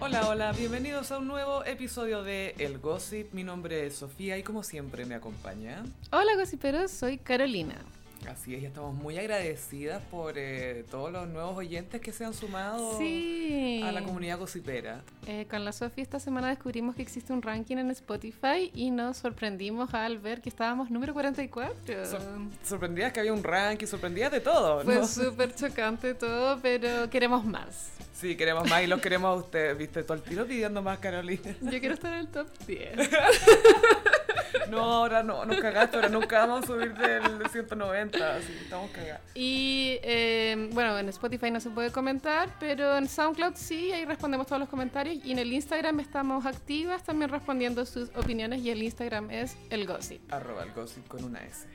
Hola, hola, bienvenidos a un nuevo episodio de El Gossip. Mi nombre es Sofía y como siempre me acompaña. Hola gossiperos, soy Carolina. Así es, y estamos muy agradecidas por eh, todos los nuevos oyentes que se han sumado Sí. Oh, a la comunidad gossipera. Eh, con la Sofía esta semana descubrimos que existe un ranking en Spotify y nos sorprendimos al ver que estábamos número 44. Sor- sorprendidas que había un ranking, sorprendidas de todo, Fue ¿no? súper chocante todo, pero queremos más. Sí, queremos más y los queremos a ustedes, viste, todo el tiro pidiendo más, Carolina. Yo quiero estar en el top 10. No, ahora no, nos cagaste, ahora nunca vamos a subir del 190, así que estamos cagados. Y eh, bueno, en Spotify no se puede comentar, pero en SoundCloud sí, ahí respondemos todos los comentarios. Y en el Instagram estamos activas también respondiendo sus opiniones y el Instagram es el gossip. Arroba el gossip con una S.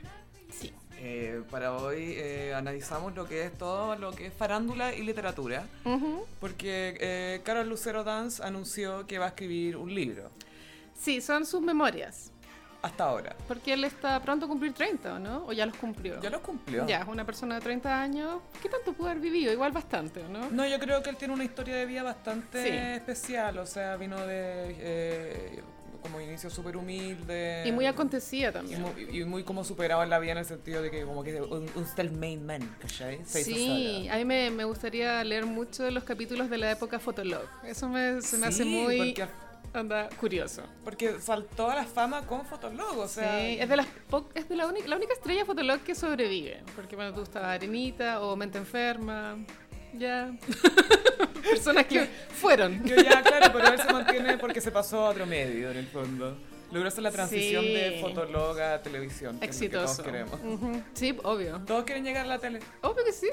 Sí. Eh, para hoy eh, analizamos lo que es todo lo que es farándula y literatura, Ujú. porque eh, Carol Lucero Dance anunció que va a escribir un libro, Sí, son sus memorias. hasta ahora. Porque él está pronto a cumplir 30, ¿o ¿no? O ya los cumplió. Ya lo cumplió. Ya, es una persona de 30 años. ¿Qué tanto pudo haber vivido? Igual bastante, ¿o ¿no? No, yo creo que él tiene una historia de vida bastante Sí. especial, o sea, vino de eh, como inicio súper humilde. Y muy acontecida Eh, Y también. muy, y muy como superado en la vida en el sentido de que como que un, un está el main man, ¿cachai? Se hizo Sí, sola. a mí me, me gustaría leer mucho de los capítulos de la época Fotolog. Eso me, se me hace Sí, muy Porque, onda, curioso. porque saltó a la fama con Fotolog, o sea... sí, es de, las po- es de la, única, la única estrella Fotolog que sobrevive. Porque cuando tú estás Arenita o Mente Enferma, ya. Personas que fueron. Yo ya, claro, pero él se mantiene porque se pasó a otro medio, en el fondo. Logró hacer la transición Sí. de Fotolog a televisión, que es lo que Exitoso. todos queremos. Ujú, Sí, obvio. Todos quieren llegar a la tele. Obvio que sí.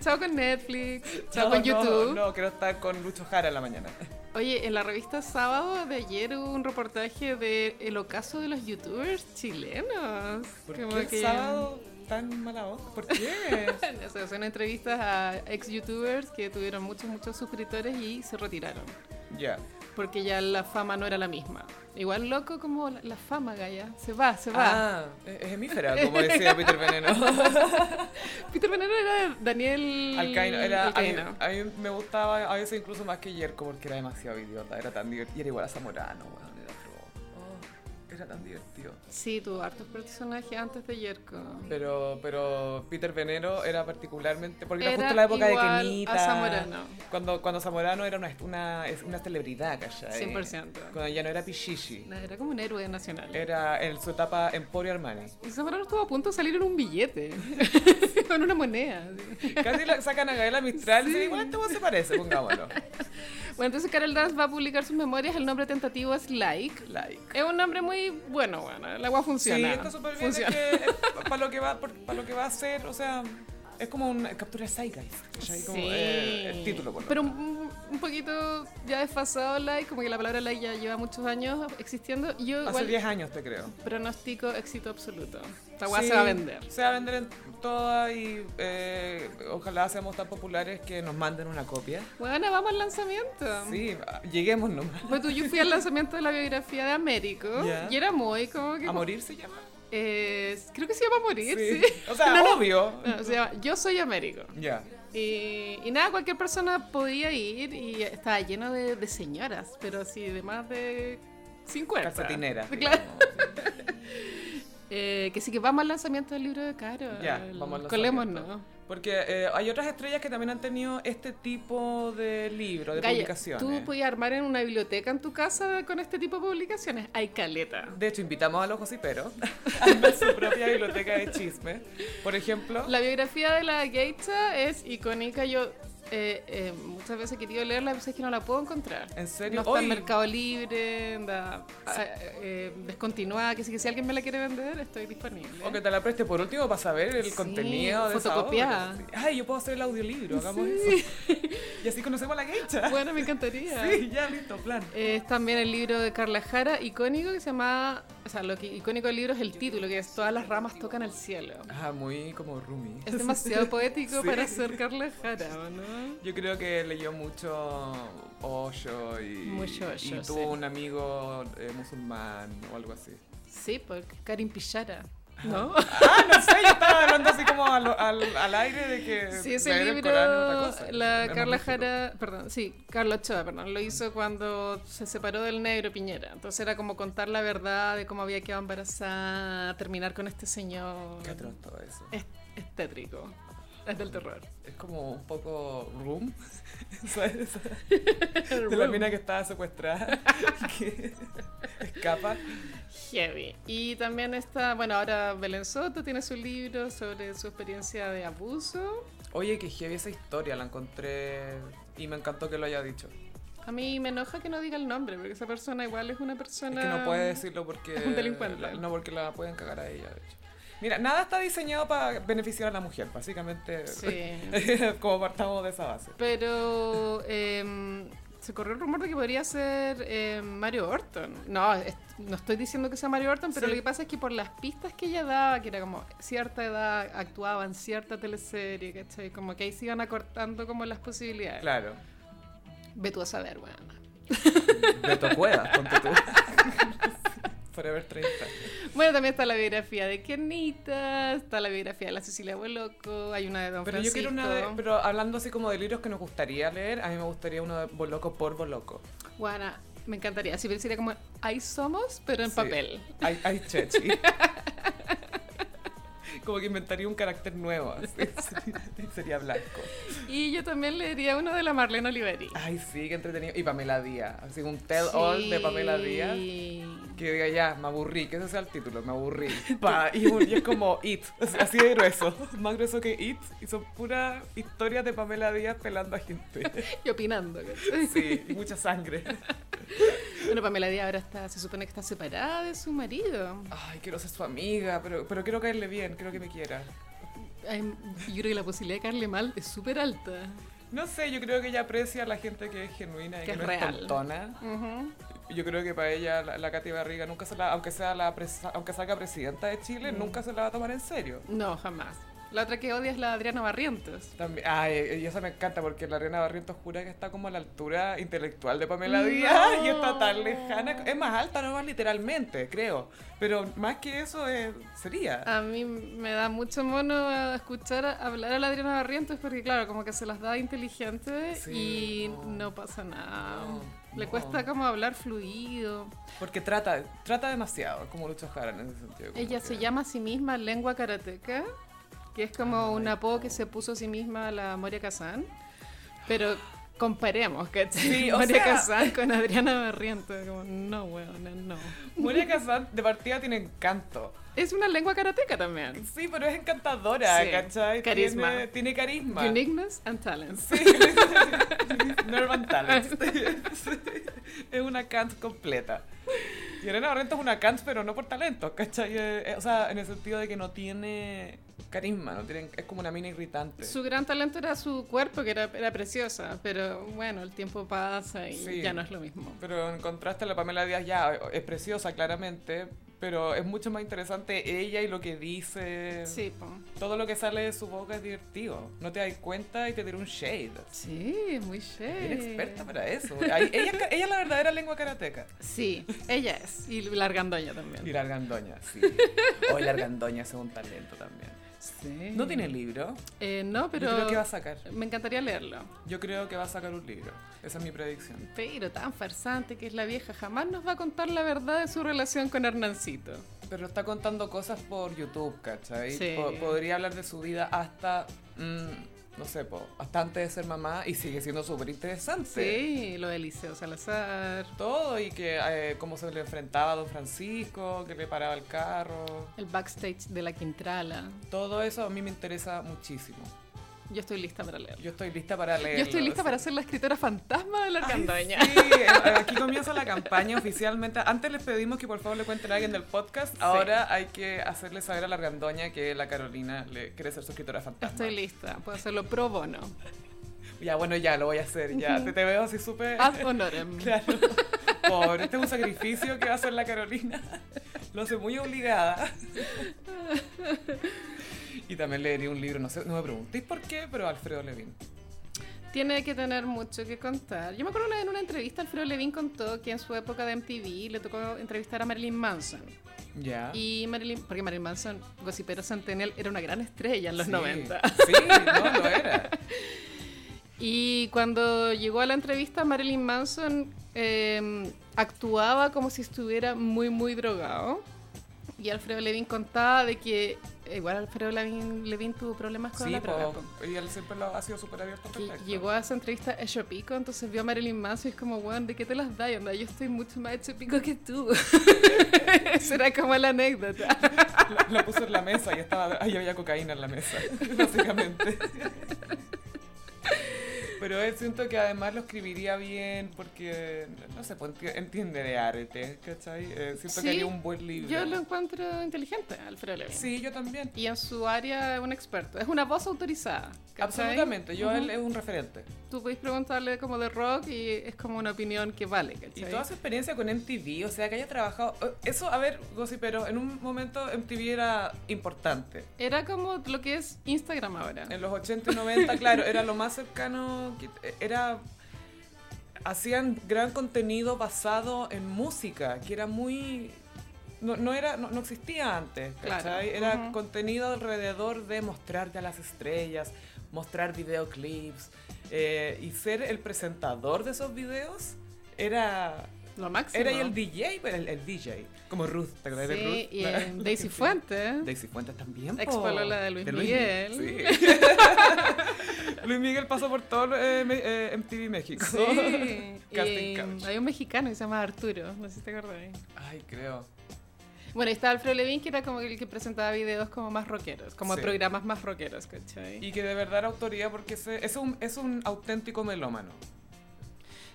chao con Netflix, chao No, con YouTube. No, no, quiero estar con Lucho Jara en la mañana. Oye, en la revista Sábado de ayer hubo un reportaje de el ocaso de los youtubers chilenos. ¿Por Como qué el que- sábado tan mala onda? ¿Por qué? O sea, son entrevistas a ex youtubers que tuvieron muchos, muchos suscriptores y se retiraron. Ya. Porque ya la fama no era la misma. Igual loco como la, la fama, Gaya. Se va, se va. Ah, es es hemífera, como decía Peter Veneno. Peter Venero era Daniel Alcaino, era, a, mí, Alcaino. a mí me gustaba a veces incluso más que Yerko porque era demasiado idiota, era tan divertido. Y era igual a Zamorano, weón, era otro. oh, era tan divertido. Sí, tuvo hartos personajes antes de Yerko. Pero, pero Peter Venero era particularmente. Porque era Era justo la época igual de a Kenita. Zamorano. Cuando, cuando Zamorano era una, una, es una celebridad, ¿cachai? 100%. Cuando ya no era Pichichi. No, Era como un héroe nacional. Era en su etapa Emporio Armani. Y Zamorano estuvo a punto de salir en un billete, con una moneda. así. Casi la sacan a Gabriela Mistral y Sí. dicen, igual este weón se parece, pongámoslo. Bueno, entonces Carol Dance va a publicar sus memorias. El nombre tentativo es Like. Like. Es un nombre muy bueno, bueno. El agua Sí, funciona. está súper bien. Funciona. para lo que va, para lo que va a hacer, o sea, es como una captura de Zeitgeist. ¿cachai? Como, Sí. eh, el título, por lo Pero menos. un, un poquito ya desfasado Like, como que la palabra Like ya lleva muchos años existiendo. Yo Hace igual 10 años, te creo. pronostico éxito absoluto. Esta weá Sí, se va a vender. Se va a vender en todas y eh, ojalá seamos tan populares que nos manden una copia. Bueno, vamos al lanzamiento. Sí, lleguemos nomás. Pues tú, yo fui al lanzamiento de la biografía de Américo Ya. y era muy como que ¿A morir se llama? Eh, creo que se llama Morir, sí. O sea, No, no. obvio. No, se llama Yo soy Américo. Ya. Y, y nada, cualquier persona podía ir y estaba lleno de, de señoras, pero así de más de 50. Calcetinera. Claro. digamos. Eh, que sí que vamos al lanzamiento del libro de Caro. Ya, vamos al lanzamiento. Colémonos. Porque eh, hay otras estrellas que también han tenido este tipo de libro, de Gaya, publicaciones. Tú podías armar en una biblioteca en tu casa con este tipo de publicaciones. Hay caleta. De hecho, invitamos a los gossiperos a armar su propia biblioteca de chismes. Por ejemplo, La biografía de la Geisha es icónica. Yo eh, eh, muchas veces he querido leerla, pero es que no la puedo encontrar. en serio, No está en hoy- Mercado Libre, anda, ah, eh, descontinuada, que si, que si alguien me la quiere vender, estoy disponible. o que te la preste por último para saber el Sí, contenido de esa fotocopiada. obra. Sí. Ay, yo puedo hacer el audiolibro, hagamos eso. Y así conocemos a la geisha. Bueno, me encantaría. sí, ya, listo, plan. Es también el libro de Carla Jara, icónico, que se llama... O sea, lo que icónico del libro es el título, que es Todas las ramas tocan al cielo. Ah, muy como Rumi. Es demasiado poético Sí. para ser Carla Jara, ¿o ¿no? Yo creo que leyó mucho Osho y, Mucho Osho, y tuvo sí. un amigo eh, musulmán o algo así. Sí, por Karim Pillara. ¿no? Ah, no sé, yo estaba hablando así como al, al, al aire de que. Sí, ese leer Eh, el libro, Corán es otra cosa. la Es más Carla lógico. Jara, perdón, sí, Carla Ochoa, perdón, lo hizo cuando se separó del negro Piñera. Entonces era como contar la verdad de cómo había quedado embarazada, terminar con este señor. Qué atroz todo eso. Es, es tétrico, es del terror. Es como un poco room, ¿sabes? De la mina que estaba secuestrada, que escapa. Heavy. Y también está, bueno, ahora Belén Soto tiene su libro sobre su experiencia de abuso. Oye, que heavy esa historia, la encontré y me encantó que lo haya dicho. A mí me enoja que no diga el nombre, porque esa persona igual es una persona... Es que no puede decirlo porque. Es un delincuente. la- no, porque la pueden cagar a ella, de hecho. Mira, nada está diseñado para beneficiar a la mujer, básicamente. Sí. como partamos de esa base. Pero em, se corrió el rumor de que podría ser em, Mario Orton. No, es- no estoy diciendo que sea Mario Orton, pero Sí. lo que pasa es que por las pistas que ella daba, que era como cierta edad, actuaba en cierta teleserie, ¿cachai? Como que ahí se iban acortando como las posibilidades. Claro. Ve tú a saber, bueno. De tu cueva, ponte tú. Forever 30. Bueno, también está la biografía de Kenita, está la biografía de la Cecilia Boloco, hay una de Don Pero yo quiero Francisco. una de, pero hablando así como de libros que nos gustaría leer, a mí me gustaría uno de Boloco por Boloco. Guana, me encantaría. Si sería como Ahí somos, pero en Sí. papel. Ay, ay, Chechi. como que inventaría un carácter nuevo, así, sería, sería blanco. Y yo también leería uno de la Marlene Oliveri. Ay, sí, qué entretenido. Y Pamela Díaz, así un tell all de Pamela Díaz. Sí. Que diga ya, me aburrí, que ese sea el título, me aburrí. Pa, y, un- y es como It, o sea, así de grueso, más grueso que It, y son puras historias de Pamela Díaz pelando a gente. Y opinando. ¿cachai? Sí, y mucha sangre. Bueno, Pamela Díaz ahora está, se supone que está separada de su marido. Ay, quiero ser su amiga, pero, pero quiero caerle bien, quiero que me quiera. Ay, Yo creo que la posibilidad de caerle mal es súper alta. No sé, yo creo que ella aprecia a la gente que es genuina y que, Que es no real. es tontona. Ujú. Yo creo que para ella, la, la Katy Barriga, nunca se la, aunque, sea la presa- aunque salga presidenta de Mm. Chile, nunca se la va a tomar en serio. No, jamás. La otra que odia es la Adriana Barrientos. También, ay, eh, y esa me encanta porque la reina Barrientos jura que está como a la altura intelectual de Pamela No. Díaz y está tan lejana. Es más alta, no más literalmente, creo. Pero más que eso eh, sería. A mí me da mucho mono a escuchar a- hablar a la Adriana Barrientos porque, claro, como que se las da inteligente Sí, y no. no pasa nada. No, Le no. cuesta como hablar fluido. Porque trata, trata demasiado, es como Lucho Jara en ese sentido. como Ella que- se llama a sí misma lengua karateca, que es como un Ay, apodo que se puso a sí misma la Moria Kazan. Pero comparemos, ¿cachai? Sí, o Moria sea- Kazan con Adriana Barrientos. Como, no, weón, no. Moria Kazan de partida tiene encanto. Es una lengua karateca también. Sí, pero es encantadora, Sí, ¿cachai? carisma. Tiene, tiene carisma. Uniqueness and talents. Sí, Nervan Talent. es una Kant completa. Y Elena Barrientos es una Kant, pero no por talento, ¿cachai? Eh, eh, O sea, en el sentido de que no tiene carisma, no tiene, es como una mina irritante. Su gran talento era su cuerpo, que era, era preciosa, pero bueno, el tiempo pasa y Sí. ya no es lo mismo. Pero en contraste, la Pamela Díaz ya es preciosa, claramente, pero es mucho más interesante ella y lo que dice. Sí, po. Todo lo que sale de su boca es divertido. No te das cuenta y te tira un shade. sí, muy chévere. Bien experta para eso. Ahí- ella, es ca- ella es la verdadera lengua karateca. Sí, ella es. Y largandoña también. Y la argandoña, sí. Hoy la argandoña es un talento también. Sí. No tiene libro, Eh, no, pero Yo creo que va a sacar. me encantaría leerlo. Yo creo que va a sacar un libro. Esa es mi predicción. Pero tan farsante que es la vieja, jamás nos va a contar la verdad de su relación con Hernancito. Pero está contando cosas por YouTube, ¿cachai? Sí. Po- podría hablar de su vida hasta, mm, no sé, po, hasta antes de ser mamá y sigue siendo súper interesante. Sí, lo de Eliseo Salazar, Todo y que eh, cómo se le enfrentaba a Don Francisco, que le paraba el carro. el backstage de la Quintrala. Todo eso a mí me interesa muchísimo. Yo estoy lista para leerlo. Yo estoy lista para leer. Yo estoy lista para ser la escritora fantasma de la Argandoña. Sí, eh, aquí comienza la campaña oficialmente. Antes les pedimos que por favor le cuenten a alguien del podcast. Ahora hay que hacerle saber a la Argandoña que la Carolina le quiere ser suscriptora fantasma. Estoy lista, puedo hacerlo pro bono. Ya, bueno, ya lo voy a hacer. Ya, te, te veo así súper. Ad honorem. Claro. Pobre, este es un sacrificio que va a hacer la Carolina. Lo hace muy obligada. Y también leería un libro, no sé, no me preguntéis por qué, pero Alfredo Levin. Tiene que tener mucho que contar. Yo me acuerdo una vez en una entrevista, Alfredo Levin contó que en su época de MTV le tocó entrevistar a Marilyn Manson. Ya. Y Marilyn, porque Marilyn Manson, Gossipero Centennial, era una gran estrella en los Sí. 90. Sí, no lo era. Y cuando llegó a la entrevista, Marilyn Manson eh, actuaba como si estuviera muy, muy drogado. Y Alfredo Levin contaba de que, eh, igual Alfredo Levin, Levin tuvo problemas con Sí, la droga. po, y él siempre lo ha sido súper abierto al Que respecto. llegó a esa entrevista hecho pico, entonces vio a Marilyn Manson y es como, weón, ¿de qué te las das? Onda, yo estoy mucho más hecho pico que tú. Será como la anécdota. La, la puso en la mesa y estaba, ahí había cocaína en la mesa, básicamente. Pero él siento que además lo escribiría bien porque, no sé, pues, enti- entiende de arte, ¿cachai? Eh, siento Sí, que haría un buen libro. Yo lo encuentro inteligente, Alfredo Levin. Sí, yo también. Y en su área es un experto. Es una voz autorizada. ¿cachai? Absolutamente, yo él Ujú. es un referente. Tú podéis preguntarle como de rock y es como una opinión que vale, Y ¿cachai? toda su experiencia con MTV, o sea, que haya trabajado... eh, Eso, a ver, Gossi, pero en un momento MTV era importante. Era como lo que es Instagram ahora. En los 80 y 90, claro, era lo más cercano que eh, era hacían gran contenido basado en música, que era muy no, no era no, no existía antes, Claro, ¿cachai? Era ujú. contenido alrededor de mostrarte a las estrellas, mostrar videoclips eh, y ser el presentador de esos videos era Lo máximo. era y el DJ, pero el, el DJ, como Ruth, ¿te acuerdas de Ruth? Sí, y eh, Daisy Fuentes. Daisy Fuentes también. Ex po. polola de Luis Miguel. Sí. Luis Miguel pasó por todo lo- eh, me- eh, MTV México. Sí. Casting y couch. hay un mexicano que se llama Arturo, no sé si te acordás. Ay, creo. Bueno, ahí está Alfredo Levin, que era como el que presentaba videos como más rockeros, como Sí. programas más rockeros, ¿cachai? Y que de verdad era autoría porque ese- es, un, es un auténtico melómano.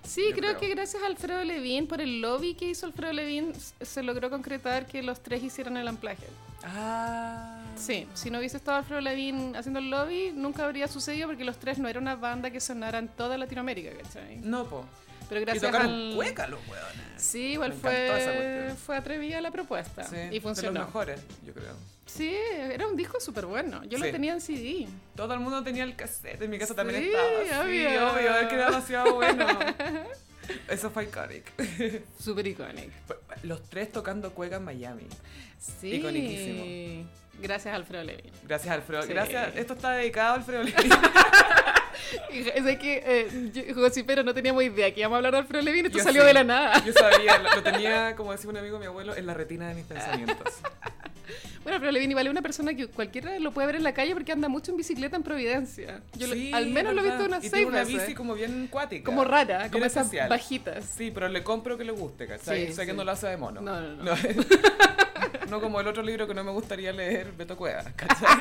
sí, yo creo, creo. que gracias a Alfredo Levin, por el lobby que hizo Alfredo Levin, s- se logró concretar que los tres hicieran el amplaje. Ah. Sí, si no hubiese estado Alfredo Levin haciendo el lobby, nunca habría sucedido porque los tres no era una banda que sonara en toda Latinoamérica, ¿cachai? No, po. Pero Y gracias tocaron al... cueca los hueones. Sí, igual Me encantó esa fue, cuestión. fue atrevida la propuesta y De funcionó. los mejores, yo creo. Sí, era un disco súper bueno. Yo Sí. lo tenía en CD. Todo el mundo tenía el cassette, en mi casa también Sí, estaba. Sí, obvio. obvio, es que era demasiado bueno. Eso fue iconic. Súper icónico. Los tres tocando cueca en Miami. Sí. Iconiquísimo. Gracias, Alfredo Levin. Gracias, Alfredo. Sí. Gracias. Esto está dedicado a Alfredo Levin. Y Es de que eh, yo- Josipero no teníamos idea que íbamos a hablar de Alfredo Levin. Esto Yo salió sí. de la nada. Yo sabía, lo, lo tenía, como decía un amigo, mi abuelo, en la retina de Ah. mis pensamientos. Bueno, Alfredo Levin igual es una persona que cualquiera lo puede ver en la calle porque anda mucho en bicicleta en Providencia. Yo lo- Sí, al menos lo he visto ¿verdad? unas y seis tiene una veces. bici como bien cuática. Como rara, como Bien esas especial. bajitas. Sí, pero le compro que le guste, ¿cachai? Sí, sé que sí. no lo hace de mono. No, no, no. No como el otro libro que no me gustaría leer, Beto Cuevas, ¿cachai?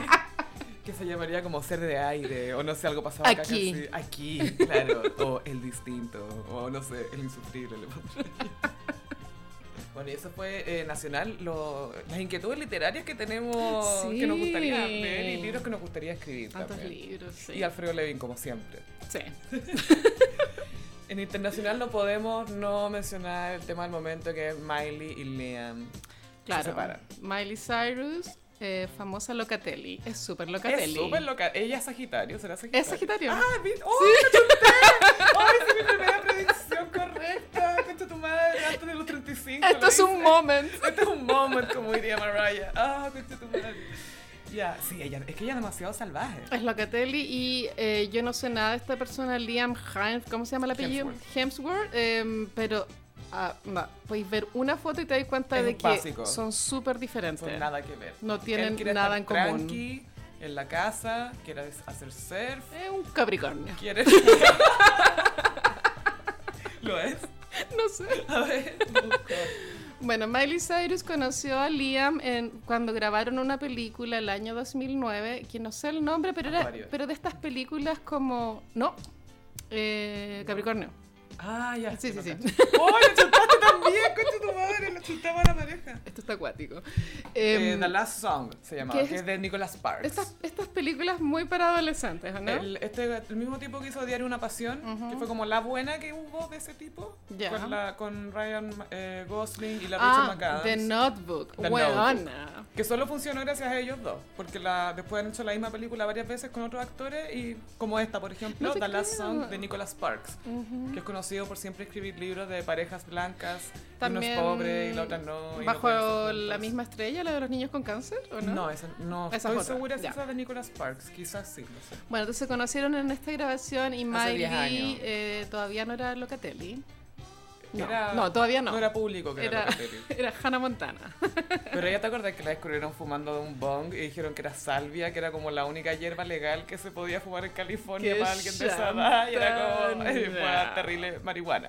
Que se llamaría como Ser de Aire, o no sé, algo pasado acá, Aquí. que sí, Aquí, claro. O El Distinto, o no sé, El Insufrible. le pondría. Bueno, y eso fue eh, nacional, lo- las inquietudes literarias que tenemos, que nos gustaría Sí. ver y libros que nos gustaría escribir Tantos también. libros, sí. Y Alfredo Levin, como siempre. Sí. En internacional no podemos no mencionar el tema del momento que es Miley y Liam. Claro. separan. Miley Cyrus, eh, famosa Locatelli. Es súper Es Locatelli. súper loca. Ella es Sagitario, ¿será Sagitario? Es Sagitario. ¡Ah, vi- ¡Oh, lo chunté! ¡Ay, sí, mi primera predicción correcta! ¡Concha tu madre! Antes de los 35. Esto lo es un hice. moment. Este es un moment, como diría Mariah. ¡Ah, concha tu madre! Ya, sí, ella, es que ella es demasiado salvaje. Es Locatelli y eh, yo no sé nada de esta persona, Liam Hemsworth, ¿cómo se llama el apellido? Hemsworth. Hemsworth, em, pero ah, va, podéis ver una foto y te das cuenta Es de un que básico. son súper diferentes. Son nada que ver. No tienen Él quiere nada estar en común. tranqui, en la casa, quiere hacer surf, Es un Capricornio, quiere... ¿Lo es? no sé. A ver, busco. Bueno, Miley Cyrus conoció a Liam en- cuando grabaron una película el año 2009, que no sé el nombre, pero, era, Acuario. pero de estas películas como... No, eh, Capricornio. Ah, ya. Sí, sí, no sí. cacho. ¡Oh, lo chutaste también! ¡Concha tu madre! Lo chutaba la pareja. Esto está acuático. Eh, Em, The Last Song se llamaba, ¿qué es que es de Nicholas Sparks. Estas, estas películas muy para adolescentes, ¿o ¿no? el, este, el mismo tipo que hizo Diario Una Pasión, Ujú. que fue como la buena que hubo de ese tipo, Ya. con, la, con Ryan eh, Gosling y la Rachel ah, McAdams. The Notebook. The Weona. Que solo funcionó gracias a ellos dos, porque la, después han hecho la misma película varias veces con otros actores, y como esta, por ejemplo, No te The Last creo. Song de Nicholas Sparks, que es conocido por siempre escribir libros de parejas blancas También uno es pobre y la otra no. y no ¿Bajo pueden estar juntos. la misma estrella, la de los niños con cáncer? ¿o no? No, esa, no Esa es estoy otra, segura si ya. esa es de Nicholas Sparks, quizás sí, no sé. Bueno, entonces se conocieron en esta grabación y Hace 10 Miley años. eh, todavía no era Locatelli. No, Era- no, todavía no. No era público que era, Era- Locatelli. Era Hannah Montana. Pero ya te acordás que la descubrieron fumando de un bong y dijeron que era salvia, que era como la única hierba legal que se podía fumar en California ¡Qué para alguien de esa edad. Y era como, chanta! fue terrible marihuana.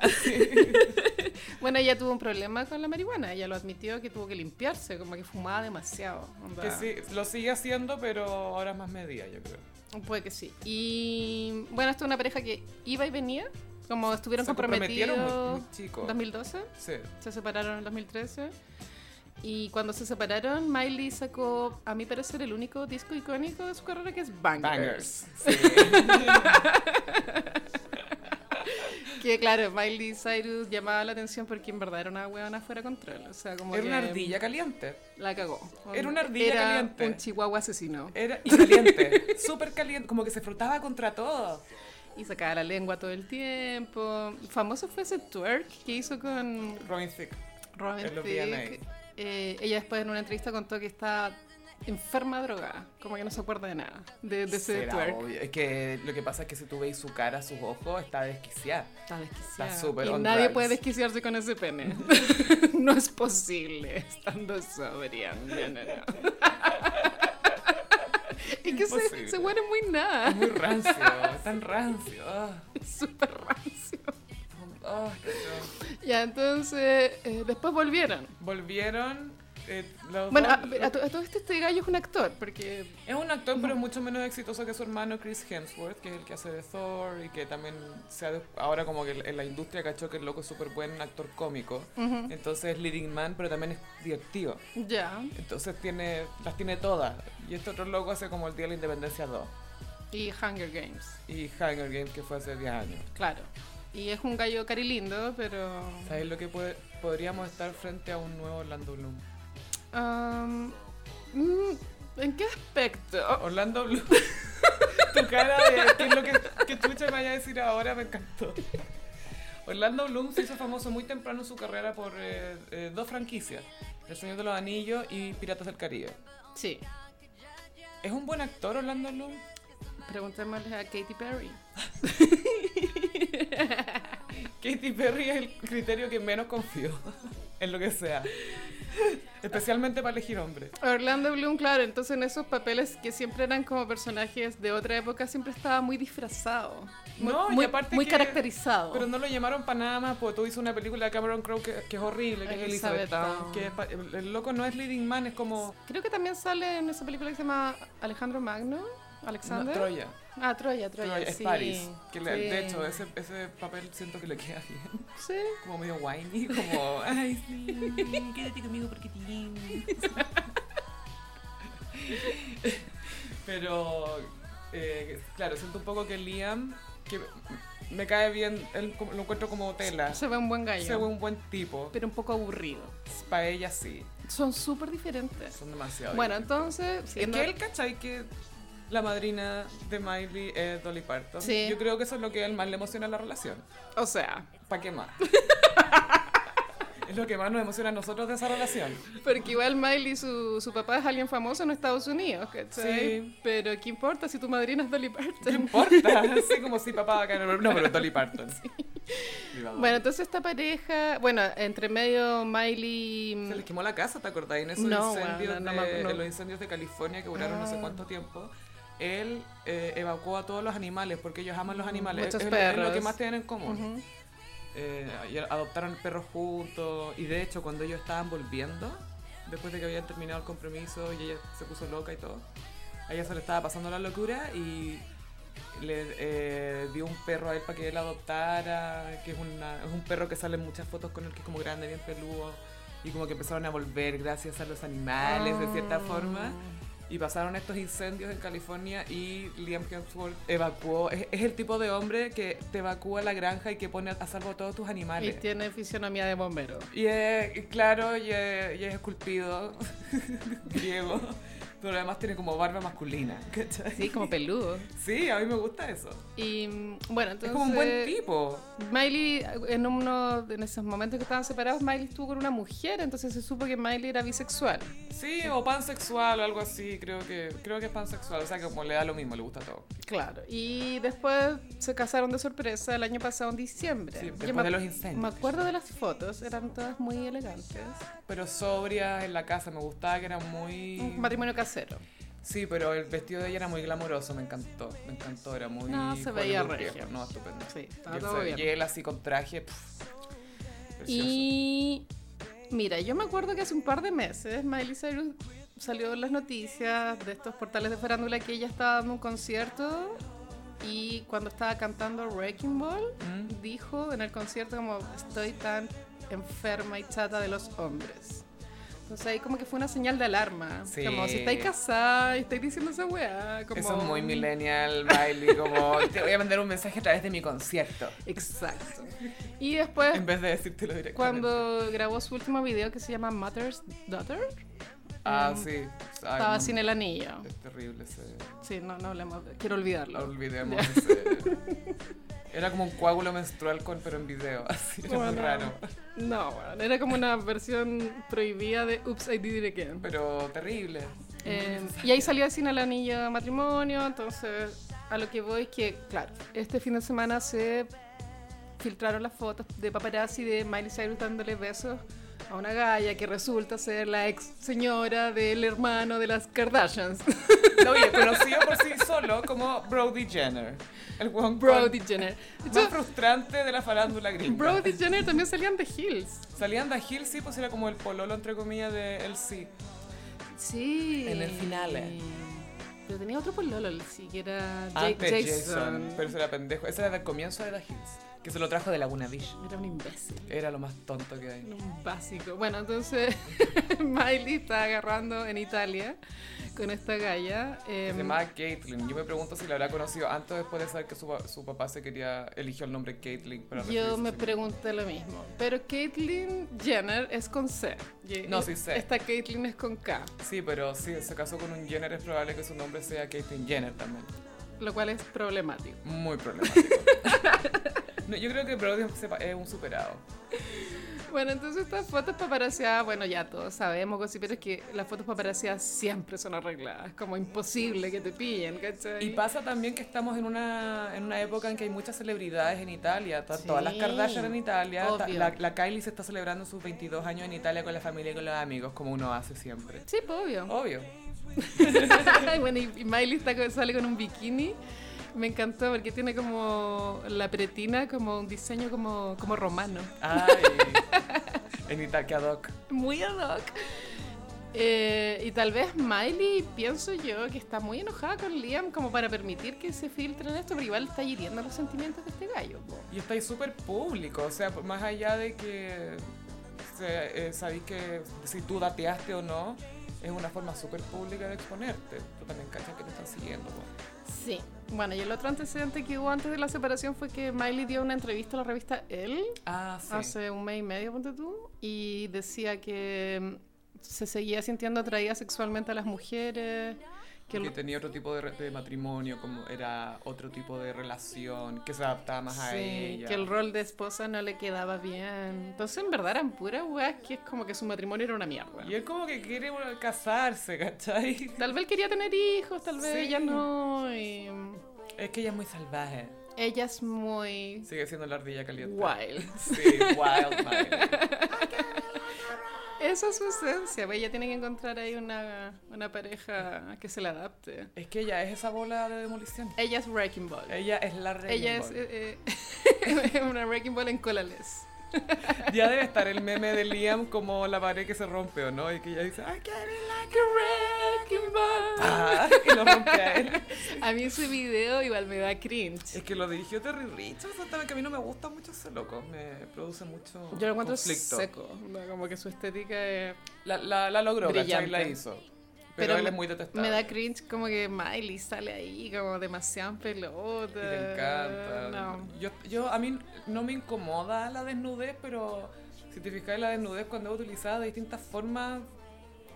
Bueno, ella tuvo un problema con la marihuana. Ella lo admitió que tuvo que limpiarse, como que fumaba demasiado. onda. Que sí, lo sigue haciendo, pero ahora es más medida, yo creo. Puede que sí. Y bueno, esto es una pareja que iba y venía, como estuvieron Se comprometieron muy, comprometidos muy chicos. en 2012, Sí. se separaron en 2013. Y cuando se separaron, Miley sacó, a mi parecer, el único disco icónico de su carrera que es Bangers. Bangers. Sí. Que claro, Miley Cyrus llamaba la atención porque en verdad era una huevona fuera de control. O sea, como Era una que ardilla caliente. La cagó. Era una ardilla Era caliente. Un chihuahua asesino. Era y caliente, súper caliente, como que se frotaba contra todo. Y sacaba la lengua todo el tiempo. Famoso fue ese twerk que hizo con Robin Thicke. Robin En los Thicke. Eh, ella después en una entrevista contó que está enferma drogada, como que no se acuerda de nada, de, de ese Será twerk. obvio. Es que lo que pasa es que si tú veis su cara, sus ojos, está desquiciada. Está desquiciada. Está súper y on nadie drugs. puede desquiciarse con ese pene. no es posible estando sobria. No, no, no. es que se, Imposible. se huele muy Es nada. muy rancio, es tan rancio. Ah, Es súper rancio. ah, cachón. Ya, entonces, eh, después volvieron. Volvieron. eh, los Bueno, a, dos- a to- a todo esto este gallo es un actor, porque es un actor, pero es mucho menos exitoso que su hermano Chris Hemsworth, que es el que hace de Thor y que también se ha, ahora como que en la industria cachó que el loco es súper buen actor cómico. ujú, Entonces es leading man, pero también es directivo. ya. Entonces tiene, las tiene todas. Y este otro loco hace como el Día de la Independencia 2. Y Hunger Games, Y Hunger Games, que fue hace 10 años. claro. Y es un gallo cari lindo, pero. ¿Sabes lo que puede- podríamos estar frente a un nuevo Orlando Bloom? Um, mm, ¿En qué aspecto? Orlando Bloom. tu cara de qué es lo que, qué chucha me vaya a decir ahora me encantó. Orlando Bloom se hizo famoso muy temprano en su carrera por eh, eh, dos franquicias, El Señor de los Anillos y Piratas del Caribe. Sí, ¿Es un buen actor Orlando Bloom? preguntémosle a Katy Perry. Katy Perry es el criterio que menos confío en lo que sea. Especialmente para elegir hombres. Orlando Bloom, claro, entonces en esos papeles que siempre eran como personajes de otra época, siempre estaba muy disfrazado. Muy, No, y muy, aparte muy que- caracterizado. Pero no lo llamaron para nada más, porque tú hizo una película de Cameron Crowe que, que es horrible, que es Elizabeth Elizabeth Town, Town. que es pa- el, el loco no es leading man, es como Creo que también sale en esa película que se llama Alejandro Magno, no, Alexander. Troya. Ah, Troya, Troya, Troya, es sí. Paris. Que le- Sí. De hecho, ese, ese papel siento que le queda bien. Sí. Como medio whiny, como, ay, sí, quédate conmigo porque te amo". Pero, eh, claro, siento un poco que Liam, que me cae bien, él como- lo encuentro como tela. Se ve un buen gallo. Se ve un buen tipo. Pero un poco aburrido. Para ella sí, Son súper diferentes. son demasiado. Bueno, diferentes. entonces. Es siendo- que él, ¿cachai? Que la madrina de Miley es Dolly Parton. Sí. Yo creo que eso es lo que a él más le emociona a la relación. O sea, ¿Para qué más? es lo que más nos emociona a nosotros de esa relación. porque igual Miley, su, su papá es alguien famoso en Estados Unidos, ¿cachai? Sí. Pero ¿qué importa si tu madrina es Dolly No Parton? importa. Así como si papá va a caer. en el- No, pero Dolly Parton. Viva Dolly. Bueno, entonces esta pareja. Bueno, entre medio Se Miley. les quemó la casa, ¿te acordás? En esos No, incendios bueno, no de- me- no. en los incendios de California que duraron no sé Ah. cuánto tiempo. Él eh, evacuó a todos los animales porque ellos aman los animales. Mm, Muchos es, es lo- es lo que perros. más tienen en común. Ujú. Eh, y adoptaron perros juntos y de hecho cuando ellos estaban volviendo, después de que habían terminado el compromiso y ella se puso loca y todo, a ella se le estaba pasando la locura y le eh, dio un perro a él para que él adoptara, que es, una- es un perro que sale en muchas fotos con él, que es como grande, bien peludo, y como que empezaron a volver gracias a los animales Ah, de Ah. cierta forma. Y pasaron estos incendios en California y Liam Hemsworth evacuó. Es, es el tipo de hombre que te evacúa la granja y que pone a salvo a todos tus Y animales. tiene fisionomía de bombero. Y es, y claro, y es, y es esculpido, griego, pero además tiene como barba masculina, ¿cachai? Sí, como peludo. Sí, a mí me gusta eso. Y mm, bueno, entonces. es como un buen tipo. Miley, en uno de esos momentos que estaban separados, Miley estuvo con una mujer, entonces se supo que Miley era bisexual. Sí, o pansexual o algo así, creo que, creo que es pansexual, o sea que como le da lo mismo, le gusta todo. Claro. Y después se casaron de sorpresa el año pasado en diciembre. Sí, Yo después me, de los incendios. me acuerdo de las fotos, eran todas muy elegantes. Pero sobria en la casa, me gustaba que era muy... Un matrimonio casero. Sí, pero el vestido de ella era muy glamoroso, me encantó, me encantó, era muy... No, se veía hollywoodesco, regio. No, estupendo. Sí, Y estaba él, todo se- bien. y él así con traje, pff, precioso. Y mira, yo me acuerdo que hace un par de meses Miley Cyrus salió en las noticias de estos portales de farándula que ella estaba dando un concierto y cuando estaba cantando Wrecking Ball ¿Mm? dijo en el concierto como estoy tan enferma y chata de los hombres. Entonces ahí como que fue una señal de alarma. Sí. Como si estáis casada y estáis diciendo esa weá. Como... Eso es muy millennial, Miley, como te voy a mandar un mensaje a través de mi concierto, Exacto. Y después en vez de decírtelo directamente. cuando grabó su último video que se llama Mother's Daughter, Ah, Mm. sí. Ay, Estaba no, sin el anillo. Es terrible ese... Sí, no, no hablemos. de- Quiero Lo olvidarlo. olvidemos. ese- Era como un coágulo menstrual con, pero en video, así, era muy Bueno. raro. No, bueno, era como una versión prohibida de Oops, I Did It Again. Pero terrible. Eh, y ahí salió sin el anillo de matrimonio, entonces a lo que voy es que, claro, este fin de semana se filtraron las fotos de paparazzi de Miley Cyrus dándole besos a una galla que resulta ser la ex señora del hermano de las Kardashians, No, oye, conocido por sí solo como Brody Jenner. El weón Brody Jenner. con- De más hecho, frustrante de la farándula gringa. Brody Jenner también salían de Hills. Salían de Hill, sí, pues era como el pololo, entre comillas, de LC. Sí. En el eh. finale. Pero tenía otro pololo, el sí, que era Ja- Antes Ah, Jason. Jason. Pero eso era pendejo. Ese era del comienzo de The Hills, que se lo trajo de Laguna Beach. Era un imbécil. Era lo más tonto que hay. Un básico. Bueno, entonces Miley está agarrando en Italia con esta galla. Se em, llamaba Caitlyn. Yo me pregunto si la habrá conocido antes o después de saber que su, pa- su papá se quería eligió el nombre Caitlyn. para referirse a yo sí me misma. pregunté lo mismo. Pero Caitlyn Jenner es con C. Y- No, sí, C. Esta Caitlyn es con K, Sí, pero si se casó con un Jenner es probable que su nombre sea Caitlyn Jenner también. lo cual es problemático. Muy problemático. No, yo creo que Brody es sepa- es un superado. Bueno, entonces estas fotos paparazziadas, bueno, ya todos sabemos, cosí, pero es que las fotos paparazziadas siempre son arregladas. Como imposible que te pillen, ¿cachai? Y pasa también que estamos en una, en una época en que hay muchas celebridades en Italia. Ta- Sí. Todas las Kardashian en Italia. Ta- Obvio. La, la Kylie se está celebrando sus 22 años en Italia con la familia y con los amigos, como uno hace siempre. Sí, pues, obvio. Obvio. Ay, bueno, y y Miley está con- sale con un bikini. Me encantó porque tiene como la pretina, como un diseño como, como romano. Ay. en Italia, Doc. Muy ad hoc. Eh, y tal vez Miley, pienso yo, que está muy enojada con Liam como para permitir que se filtren esto, pero igual está hiriendo los sentimientos de este gallo. po. Y estáis súper público, o sea, por- más allá de que se- eh, sabéis que si tú dateaste o no, es una forma súper pública de exponerte. Tú también cachas que te están siguiendo. po. Sí. Bueno, y el otro antecedente que hubo antes de la separación fue que Miley dio una entrevista a la revista Elle Ah, sí. hace un mes y medio, ponte tú, y decía que mm, se seguía sintiendo atraída sexualmente a las mujeres, que que, el- tenía otro tipo de, re- de matrimonio, como era otro tipo de relación que se adaptaba más a sí, ella. que el rol de esposa no le quedaba bien. Entonces, en verdad, eran puras weas que es como que su matrimonio era una mierda. Y él como que quiere bueno, casarse, ¿cachai? Tal vez él quería tener hijos, tal vez Sí. ella no. y, mm, Es que ella es muy salvaje. Ella es muy Sigue siendo la ardilla caliente. wild. Sí, wild. Miley. Esa es su esencia, pues, ella tiene que encontrar ahí una, una pareja que se le adapte. es que ella es esa bola de demolición. Ella es Wrecking Ball. Ella es la reina. Ella es eh, eh, una Wrecking Ball en colales. eh, Ya debe estar el meme de Liam como la pared que se rompe, ¿o no? Y que ella dice, I get it like a wrecking ball. Ah, y lo rompe a él. A mí ese video igual me da cringe. Es que lo dirigió Terry Richardson también, que a mí no me gusta mucho ese loco. Me produce mucho Yo lo encuentro conflicto. seco, ¿no? como que su estética es- La, la, la logró, ¿cachai? Brillante. La hizo. Pero, Pero él me- es muy detestable. Me da cringe como que Miley sale ahí como demasiado en pelota. Y le encanta. No. Yo, yo, a mí no me incomoda la desnudez, pero si te fijas, la desnudez cuando es utilizada de distintas formas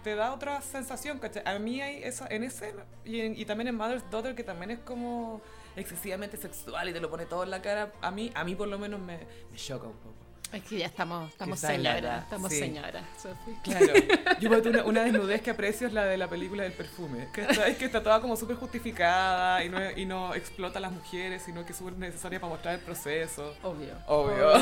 te da otra sensación, ¿cachai? A mí hay esa, en ese y, en- y también en Mother's Daughter, que también es como excesivamente sexual y te lo pone todo en la cara, a mí, a mí por lo menos me, me choca un poco. Es que ya estamos, estamos Quizá la señoras, edad, estamos sí. señoras, Sofi. Claro, yo ponte una, una desnudez que aprecio es la de la película del perfume, que está, es que está toda como súper justificada y no, y no explota a las mujeres, sino que es súper necesaria para mostrar el proceso. Obvio. Obvio.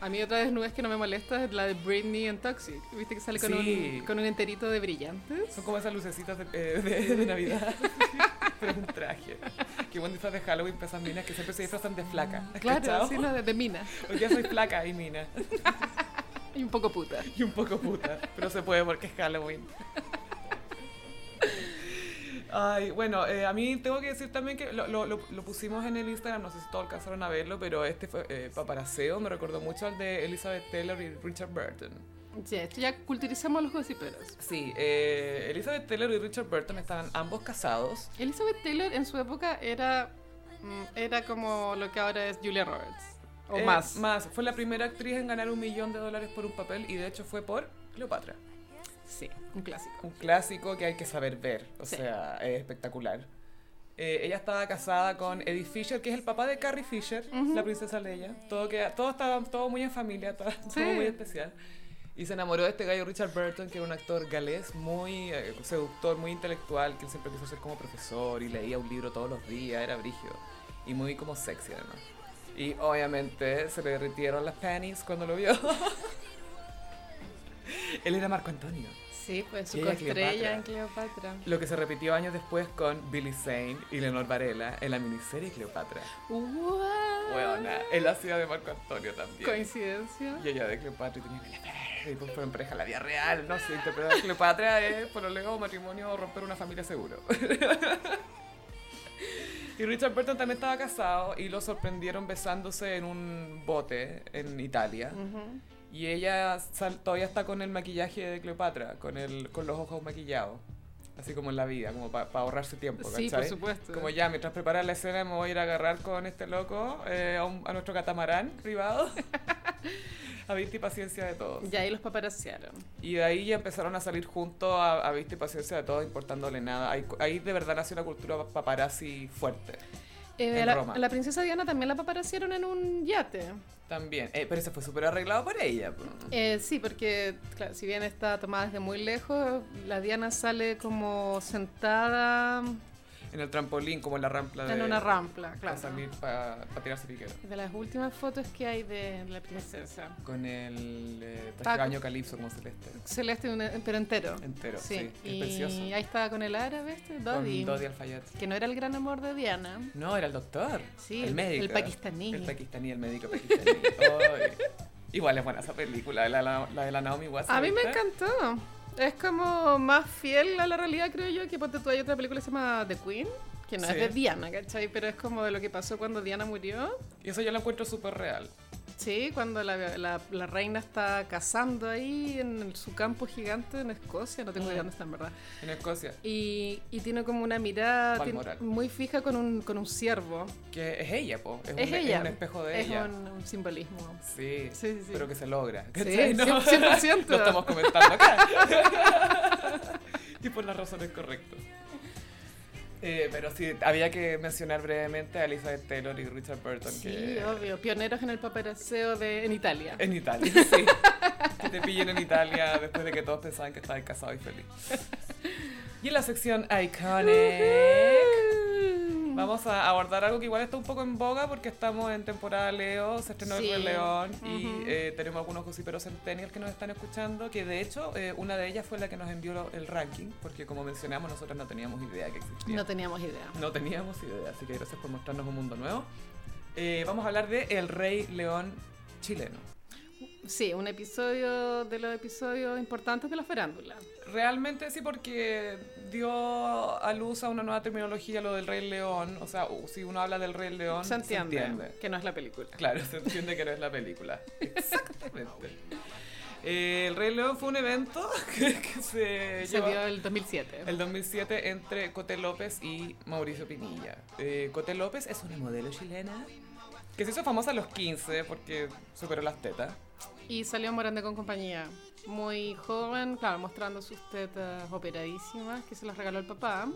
A mí otra desnudez que no me molesta es la de Britney en Toxic. Viste que sale con, Sí. un, con un enterito de brillantes. Son como esas lucecitas de, eh, de- de Navidad, pero es un traje. Qué buen disfraz de Halloween para esas minas que siempre se disfrazan de flaca. ¿has Claro, cachado? sí, no, de, de mina. Hoy día soy flaca y mina, Y un poco puta. y un poco puta, pero se puede porque es Halloween. Ay, bueno, eh, a mí tengo que decir también que lo, lo- lo- lo pusimos en el Instagram, no sé si todos alcanzaron a verlo, pero este fue eh, paparaseo, me recordó mucho al de Elizabeth Taylor y Richard Burton. Ya, esto ya culturizamos a los gossiperos. Sí, eh, Elizabeth Taylor y Richard Burton estaban ambos casados. Elizabeth Taylor en su época era, mm, era como lo que ahora es Julia Roberts. O Eh, más. Más. Fue la primera actriz en ganar un millón de dólares por un papel y de hecho fue por Cleopatra. Sí, un clásico. Un clásico que hay que saber ver. O Sí. sea, es espectacular. Eh, ella estaba casada con Eddie Fisher, que es el papá de Carrie Fisher, Ujú. la princesa Leia. Todo, queda, todo estaba todo muy en familia, todo, todo Sí. muy especial. Y se enamoró de este gallo Richard Burton, que era un actor galés muy eh, seductor, muy intelectual, que él siempre quiso ser como profesor y leía un libro todos los días, era brígido. Y muy como sexy además. Y obviamente se le derritieron las panties cuando lo vio. él era Marco Antonio. Sí, pues Y su ella costrella en Cleopatra. Lo que se repitió años después con Billy Zane y Leonor Varela en la miniserie Cleopatra. What? Buena, él hacía de Marco Antonio también. Coincidencia. y ella de Cleopatra y tenía que la- y pues fueron pareja en la vida real, no sé, interpretar a Cleopatra es por lo lejos matrimonio o romper una familia seguro. Y Richard Burton también estaba casado y lo sorprendieron besándose en un bote en Italia. Ujú. Y ella sal- todavía está con el maquillaje de Cleopatra, con, el, con los ojos maquillados. Así como en la vida, como para ahorrarse tiempo, Sí, por ¿cachai? supuesto. como ya, mientras preparas la escena me voy a ir a agarrar con este loco eh, a, un- a nuestro catamarán privado. a vista y paciencia de todos. Y ahí los paparasearon. Y de ahí ya empezaron a salir juntos a, a vista y paciencia de todos, importándole nada. Ahí, ahí de verdad nació una cultura paparazzi fuerte. Eh, En a la, Roma. a la princesa Diana también la paparacieron en un yate. También. Eh, pero eso fue súper arreglado por ella. po. Eh, sí, porque claro, si bien está tomada desde muy lejos, la Diana sale como sentada En el trampolín, como en la rampla de... en una rampla, Para claro. salir, para tirarse piquero. De las últimas fotos que hay de la princesa. Con el eh, traje Taco. de baño calipso como celeste. Celeste, un- eh, pero entero. Entero, sí. Sí, que y Es precioso. ahí estaba con el árabe, este, Dodi, Con Dodi Al-Fayed. que no era el gran amor de Diana. No, era el doctor. Sí, el médico. el pakistaní. El pakistaní, el médico pakistaní. Ay. Igual es buena esa película, la, la- la de la Naomi Watts. A mí me ¿viste? encantó. Es como más fiel a la realidad, creo yo, que ponte tú hay otra película que se llama The Queen, que no Sí. es de Diana, ¿cachai? Pero es como de lo que pasó cuando Diana murió. Y eso yo lo encuentro súper real. Sí, cuando la, la- la reina está cazando ahí en el- su campo gigante en Escocia, no tengo idea dónde está en verdad. En Escocia. Y, y tiene como una mirada tiene- Balmoral. muy fija con un, con un ciervo. Que es ella, po. Es, Es un, ella. un espejo de es ella. un, un simbolismo. Sí, Sí, sí, sí. Pero que se logra. Sí, ¿cachai? No, 100%. Lo estamos comentando acá. y por las razones correctas. Eh, pero sí, había que mencionar brevemente a Elizabeth Taylor y Richard Burton. Sí, que, obvio. Pioneros en el paparaceo de, en Italia. En Italia, sí. que te pillen en Italia después de que todos pensaban que estabas casado y feliz. Y en la sección Iconic. Ujú. Vamos a abordar algo que igual está un poco en boga porque estamos en temporada Leo, se estrenó Sí. el Rey León Ujú. y eh, tenemos algunos gossiperos centennials que nos están escuchando, que de hecho eh, una de ellas fue la que nos envió lo- el ranking, porque como mencionamos nosotros no teníamos idea que existía. No teníamos idea. No teníamos idea, así que gracias por mostrarnos un mundo nuevo. Eh, vamos a hablar de El Rey León chileno. Sí, un episodio de los episodios importantes de la farándula. Realmente sí, porque dio a luz a una nueva terminología lo del Rey León. O sea, u- si uno habla del Rey León, Se entiende, que no es la película. Claro, se entiende que no es la película. Exactamente. Eh, el Rey León fue un evento que, que se, Se llevó vio el 2007. el 2007 entre Cote López y Mauricio Pinilla. Eh, Cote López es una modelo chilena que se hizo famosa a los 15 porque superó las tetas. y salió Morande con compañía. Muy joven, claro, mostrando sus tetas operadísimas que se las regaló el papá.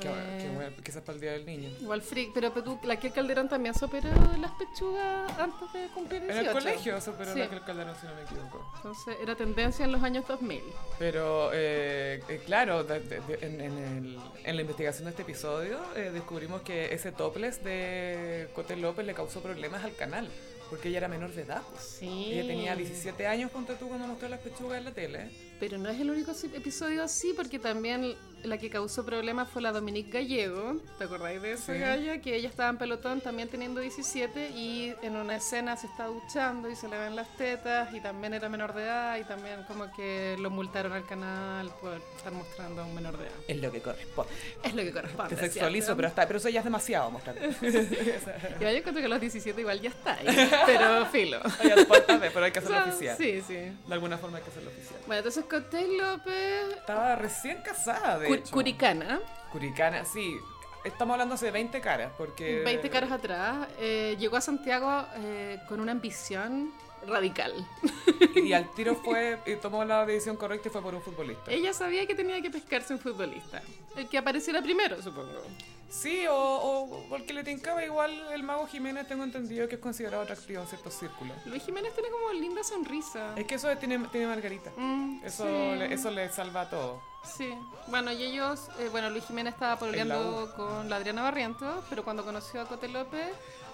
Qué bueno, qué Eh, bueno. Quizás para el día del niño. Igual freak, pero tú, la que Calderón también se operó las pechugas antes de cumplir 18. En el colegio, eso, pero Sí. la Clara Calderón, si no me equivoco. Entonces era tendencia en los años 2000. Pero eh, eh, claro, de- de- de- en, en el- en la investigación de este episodio eh, descubrimos que ese topless de Cote López le causó problemas al canal, porque ella era menor de edad. pues. Sí. Ella tenía 17 años, ponte tú, cuando mostró las pechugas en la tele. Pero no es el único si- episodio así, porque también la que causó problemas fue la Dominique Gallego. ¿Te acordáis de esa Sí. galla? Que ella estaba en pelotón también teniendo 17 y en una escena se está duchando y se le ven las tetas y también era menor de edad y también como que lo multaron al canal por estar mostrando a un menor de edad. Es lo que corresponde. Es lo que corresponde. Te sexualizo, ¿cierto? pero, hasta, pero eso ya es demasiado mostrar. Ya, yo encuentro que a los 17 igual ya está ahí, pero filo. Ay, al párpado, pero hay que O hacerlo sea, oficial. Sí, sí. De alguna forma hay que hacerlo oficial. Bueno, entonces Cotel López, Estaba recién casada, de cur- hecho. Curicana, Curicana, sí. Estamos hablando hace 20 caras, porque... 20 caras atrás, eh, llegó a Santiago eh, con una ambición radical. Y al tiro fue, y tomó la decisión correcta y fue por un futbolista. Ella sabía que tenía que pescarse un futbolista, el que apareciera primero, supongo. Sí, o, o porque le tincaba igual el mago Jiménez, tengo entendido que es considerado atractivo en ciertos círculos. Luis Jiménez tiene como linda sonrisa. Es que eso tiene, tiene Margarita. Mm, Eso, sí, le, eso le salva a todo. Sí, bueno, y ellos, eh, bueno, Luis Jiménez estaba En pololeando con la Adriana Barrientos, pero cuando conoció a Cote López,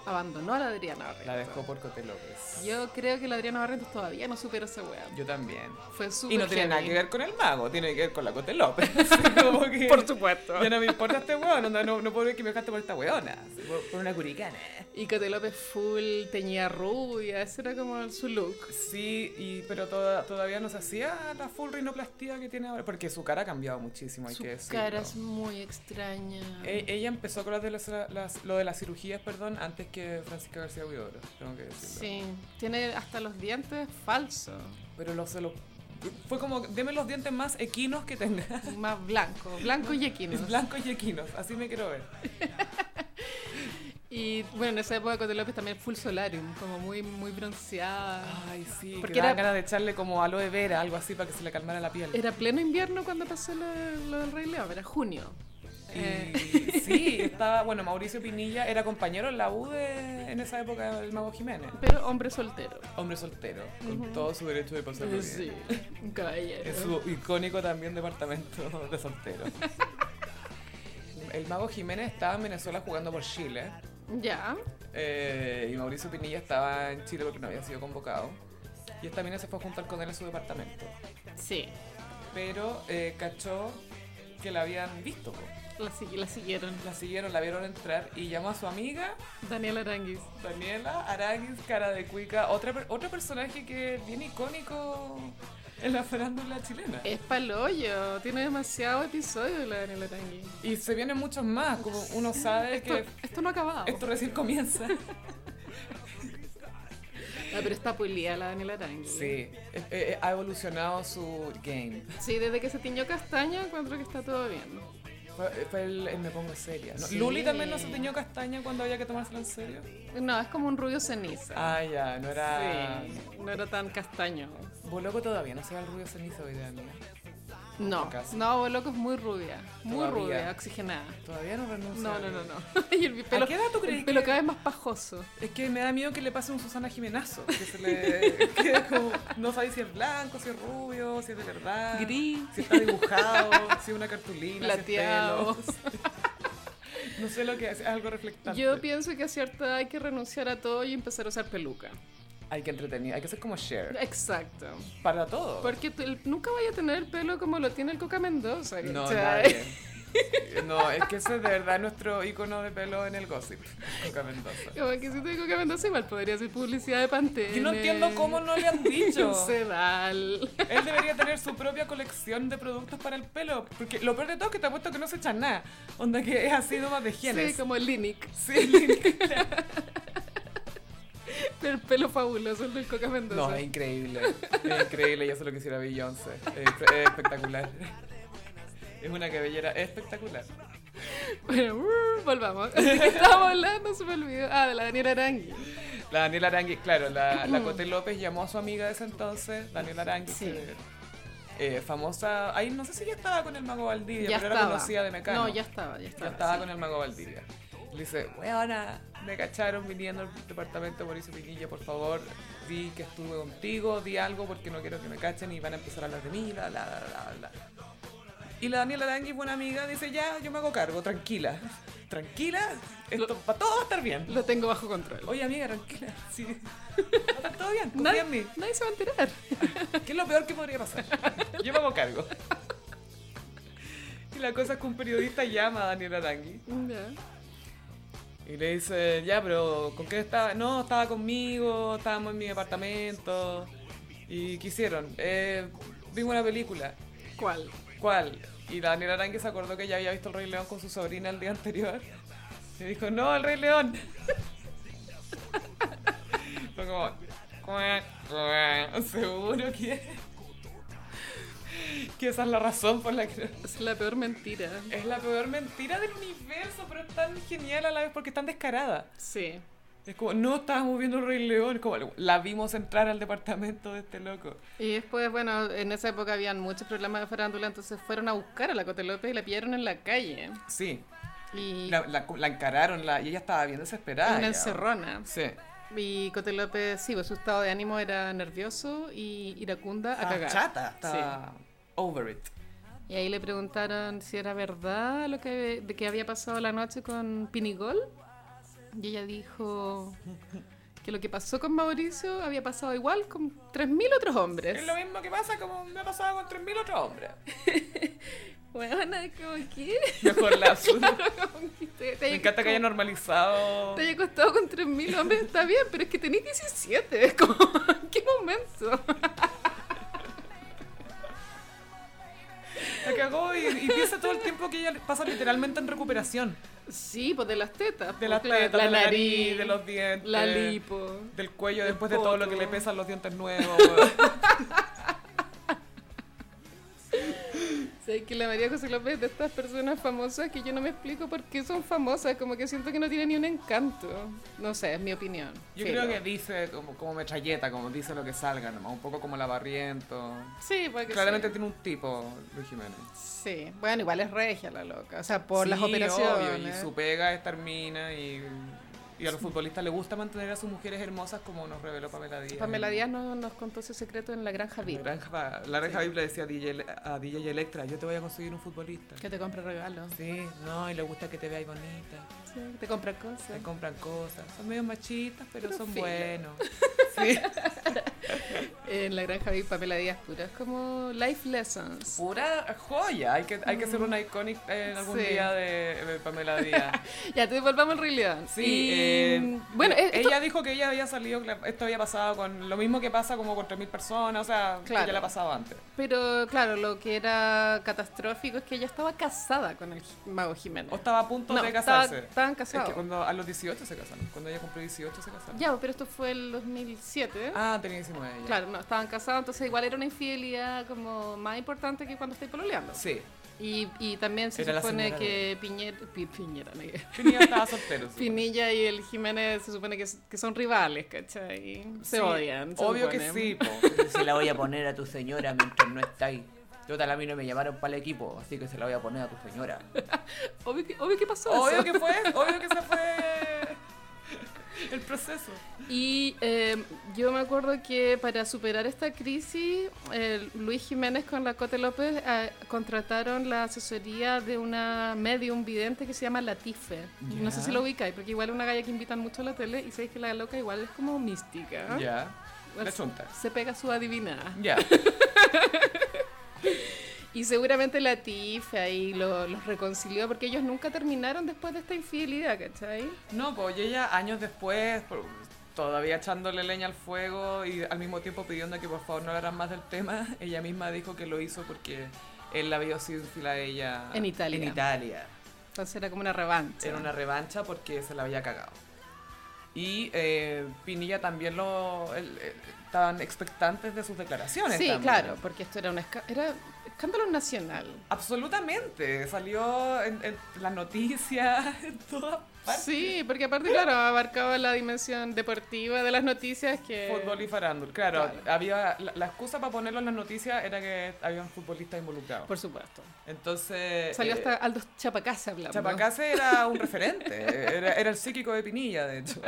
abandonó a la Adriana Barrientos. La dejó por Cote López. Yo creo que la Adriana Barrientos todavía no supera esa weá. Yo también. Fue súper Y no tiene nada heavy. que ver con el mago, tiene que ver con la Cote López. Así como que- Por supuesto. Ya no me importa este weón, onda, no, no puedo ver que me dejaste por esta weona. así, por- Por una curicana. Y Cote López full, teñía rubia, ese era como su look. Sí, y, pero toda- todavía no se hacía la full rinoplastía que tiene ahora, porque su cara ha cambiado muchísimo, hay Su que decirlo. cara es muy extraña. E- ella empezó con las de las- las- lo de las cirugías, perdón, antes que Francisca García Huidobro, tengo que decirlo. Sí, tiene hasta los dientes falsos, Pero lo, se lo- fue como, deme los dientes más equinos que tenga. más blanco, blanco y equinos. Es blancos y equinos, así me quiero ver. Y bueno, en esa época Cote López también full solarium, como muy, muy bronceada. Ay, sí, Porque que daban era- ganas de echarle como aloe vera, algo así, para que se le calmara la piel. Era pleno invierno cuando pasó lo, lo del Rey León, era junio. Y Eh, sí, estaba, bueno, Mauricio Pinilla era compañero en la U de, en esa época del Mago Jiménez. pero hombre soltero. Hombre soltero, con todo su derecho de pasar por Eh, Sí, un caballero. En su icónico también departamento de soltero. El mago Jiménez estaba en Venezuela jugando por Chile Ya, eh, y Mauricio Pinilla estaba en Chile porque no había sido convocado. Y esta mina se fue a juntar con él en su departamento. sí. Pero eh, cachó que la habían visto. po. La, sigui- la siguieron. La siguieron, la vieron entrar y llamó a su amiga Daniela Aranguis. Daniela Aranguis, cara de cuica, otra, per- otro personaje que es bien icónico en la farándula chilena. Es paloyo, tiene demasiado episodio la Daniela Aranguis. Y se vienen muchos más, como uno sabe que Esto, esto no ha acabado. esto recién comienza. No, Ah, pero está pulida la Daniela Aranguis. Sí, eh, eh, ha evolucionado su game. Sí, desde que se tiñó castaña encuentro que está todo bien. Fue, fue el, el me pongo seria. ¿no? Sí. Luli también no se teñó castaña cuando había que tomársela en serio. No, es como un rubio ceniza. Ah, ya, no era. Sí, no era tan castaño. Boloco todavía no se ve el rubio cenizo hoy día, mía. No, Casi. no, loco es muy rubia, muy Todavía. rubia, oxigenada. Todavía no renuncia. No, no, no, no. Y el pelo, ¿A qué edad tú crees el pelo que- cada vez más pajoso. Es que me da miedo que le pase un Susana Jimenazo. Que se le. que como, no sabe si es blanco, si es rubio, si es de verdad. Gris. Si está dibujado, si es una cartulina, Plateado. si es pelo. No sé lo que es, algo reflectante. Yo pienso que a cierta edad hay que renunciar a todo y empezar a usar peluca. hay que entretener, hay que ser como share. Exacto. Para todo. Porque tú- el- nunca vaya a tener el pelo como lo tiene el Coca Mendoza. No, ¿cachai? nadie. No, es que ese es de verdad nuestro icono de pelo en el gossip. Coca Mendoza. Como que si te digo que Mendoza igual podría ser publicidad de Pantene. Yo no entiendo cómo no le han dicho. Sedal. Él debería tener su propia colección de productos para el pelo. Porque lo peor de todo es que te apuesto que no se echa nada. Onda que es así nomás de Sí, genes. como el Linic. Sí. El pelo fabuloso el del Coca Mendoza. No, es increíble. Es increíble, ya sé lo que hiciera Beyoncé. Es, es espectacular. Es una cabellera espectacular. uh, Bueno, brr, volvamos. ¿De qué estábamos hablando? Se me olvidó. Ah, de la Daniela Arangui. La Daniela Aranguis, claro, la, la Cote López llamó a su amiga de ese entonces, Daniela Aranguis, Mm. Sí. que, eh, famosa, ahí no sé si ya estaba con el Mago Valdivia, Ya pero estaba. era conocida de Mecano. No, ya estaba, ya Ya estaba. estaba sí. con el Mago Valdivia. Le dice, weona, me cacharon viniendo al departamento de Mauricio Pinilla, por favor, di que estuve contigo, di algo porque no quiero que me cachen y van a empezar a hablar de mí, bla, bla, bla, bla, bla". Y la Daniela Arangui, buena amiga, dice, ya, yo me hago cargo, tranquila, tranquila, esto, va, todo va a estar bien. Lo tengo bajo control. Oye, amiga, tranquila, sí, va a estar todo bien, confía en mí. Nadie se va a enterar. ¿Qué es lo peor que podría pasar? Yo me hago cargo. Y la cosa es que un periodista llama a Daniela Arangui Ya. y le dice, ya, pero ¿con quién estaba? No, estaba conmigo, estábamos en mi departamento. ¿Y qué hicieron? Eh, vimos una película. ¿Cuál? ¿Cuál? Y Daniel Aránguiz se acordó que ya había visto El Rey León con su sobrina el día anterior. Y dijo, no, El Rey León. Fue como... "Cuac, cuac". Seguro que... Que esa es la razón por la que... Es la peor mentira. Es la peor mentira del universo, pero es tan genial a la vez porque es tan descarada. Sí. Es como, no, estábamos viendo El Rey León. Es Como, la vimos entrar al departamento de este loco. Y después, bueno, en esa época habían muchos problemas de farándula, entonces fueron a buscar a la Cote López y la pillaron en la calle. Sí, Y la, la- la encararon la, y ella estaba bien desesperada. una ya. encerrona. Sí. Y Cote López, sí, pues, su estado de ánimo era nervioso y iracunda a Estaba cagar. chata, estaba over it. Y ahí le preguntaron si era verdad lo que, de que había pasado la noche con Pinigol. Y ella dijo que lo que pasó con Mauricio había pasado igual con 3.000 otros hombres. Es lo mismo que pasa como me ha pasado con 3.000 otros hombres. Bueno, como que... Mejor la como que te- te Me haya encanta que haya costado- normalizado. Te haya costado con 3.000 hombres, está bien, pero es que tenés 17. Es como, ¿en qué momento? La cagó y, y piensa todo el tiempo que ella pasa literalmente en recuperación. Sí, pues de las tetas. De pues, las claro, tetas, de la nariz, de los dientes. La lipo. Del cuello del después de todo lo que poto. le pesan los dientes nuevos. weón. Sabes que la María José López es de estas personas famosas que yo no me explico por qué son famosas, como que siento que no tiene ni un encanto. No sé, es mi opinión. Yo Filo. creo que dice como, como metralleta, como dice lo que salga nomás, un poco como la barriento. Sí, porque Claramente sí. tiene un tipo, Luis Jiménez. Sí. Bueno, igual es regia la loca, o sea, por las Sí, operaciones. obvio, y su pega es termina y, y a los futbolistas les gusta mantener a sus mujeres hermosas como nos reveló Pamela Díaz. Pamela Díaz no- nos contó ese secreto en la granja La VIP. granja, la granja VIP le decía a DJ, le- a DJ y Electra, yo te voy a conseguir un futbolista. Que te compra regalos, Sí, no, y le gusta que te veas bonita, sí, que te compra te cosas. compran cosas, son medio machistas, pero, Pero son filo. buenos. En la granja VIP, Pamela Díaz pura. Es como life lessons. Pura joya, hay que, hay que ser una icónica en algún Mm. Sí. día de, de Pamela Díaz. Ya, te volvamos al Rey León. Sí, Y, eh, bueno, es- esto- ella dijo que ella había salido, que esto había pasado con lo mismo que pasa como con 3.000 personas, o sea, Claro. que ya la ha pasado antes. Pero claro, lo que era catastrófico es que ella estaba casada con el mago Jiménez. O estaba a punto No, de estaba- casarse. estaban Es casados. que cuando a los 18 se casaron, cuando ella cumplió 18 se casaron. Ya, pero esto fue el 2007. Ah, tenía 19 ya. Claro, no, estaban casados, entonces igual era una infidelidad como más importante que cuando estáis pololeando. Sí, Y, y también se Era la supone señora que Piñera, Piñera, no, que- Pinilla estaba soltero. sí. Pinilla y el Jiménez se supone que, que son rivales, ¿cachai? Se Sí, odian. se Obvio que supone. sí, po. Se la voy a poner a tu señora mientras no está ahí. Total, a mí no me llamaron para el equipo, así que se la voy a poner a tu señora. Obvio que, obvio que pasó eso. Obvio que fue, obvio que se fue el proceso. Y eh, yo me acuerdo que para superar esta crisis, eh, Luis Jiménez con la Cote López eh, contrataron la asesoría de una medium vidente que se llama Latife. No sé Ya. si lo ubicáis, porque igual es una galla que invitan mucho a la tele y sabéis que la loca igual es como mística. Ya, la Igual chunta. Se pega su adivinada. Ya, Y seguramente Latife ahí lo- los reconcilió, porque ellos nunca terminaron después de esta infidelidad, ¿cachai? No, pues y ella años después, por- todavía echándole leña al fuego y al mismo tiempo pidiendo que por favor no hablaran más del tema, ella misma dijo que lo hizo porque él la vio sin fila a ella En Italia. Ah, en Italia. Entonces era como una revancha. Era una revancha porque se la había cagado. Y eh, Pinilla también lo... él- él- estaban expectantes de sus declaraciones. Sí, también. claro, porque esto era, una esca- era escándalo nacional. Absolutamente, salió en, en las noticias, en todas partes. parte. Sí, porque aparte, claro, abarcaba la dimensión deportiva de las noticias que... Fútbol y farándul. Claro, había la, la excusa para ponerlo en las noticias era que habían futbolistas involucrados. Por supuesto. Entonces. Salió eh, hasta Aldo Chapacase hablando. Chapacase era un referente. Era, era el psíquico de Pinilla, de hecho.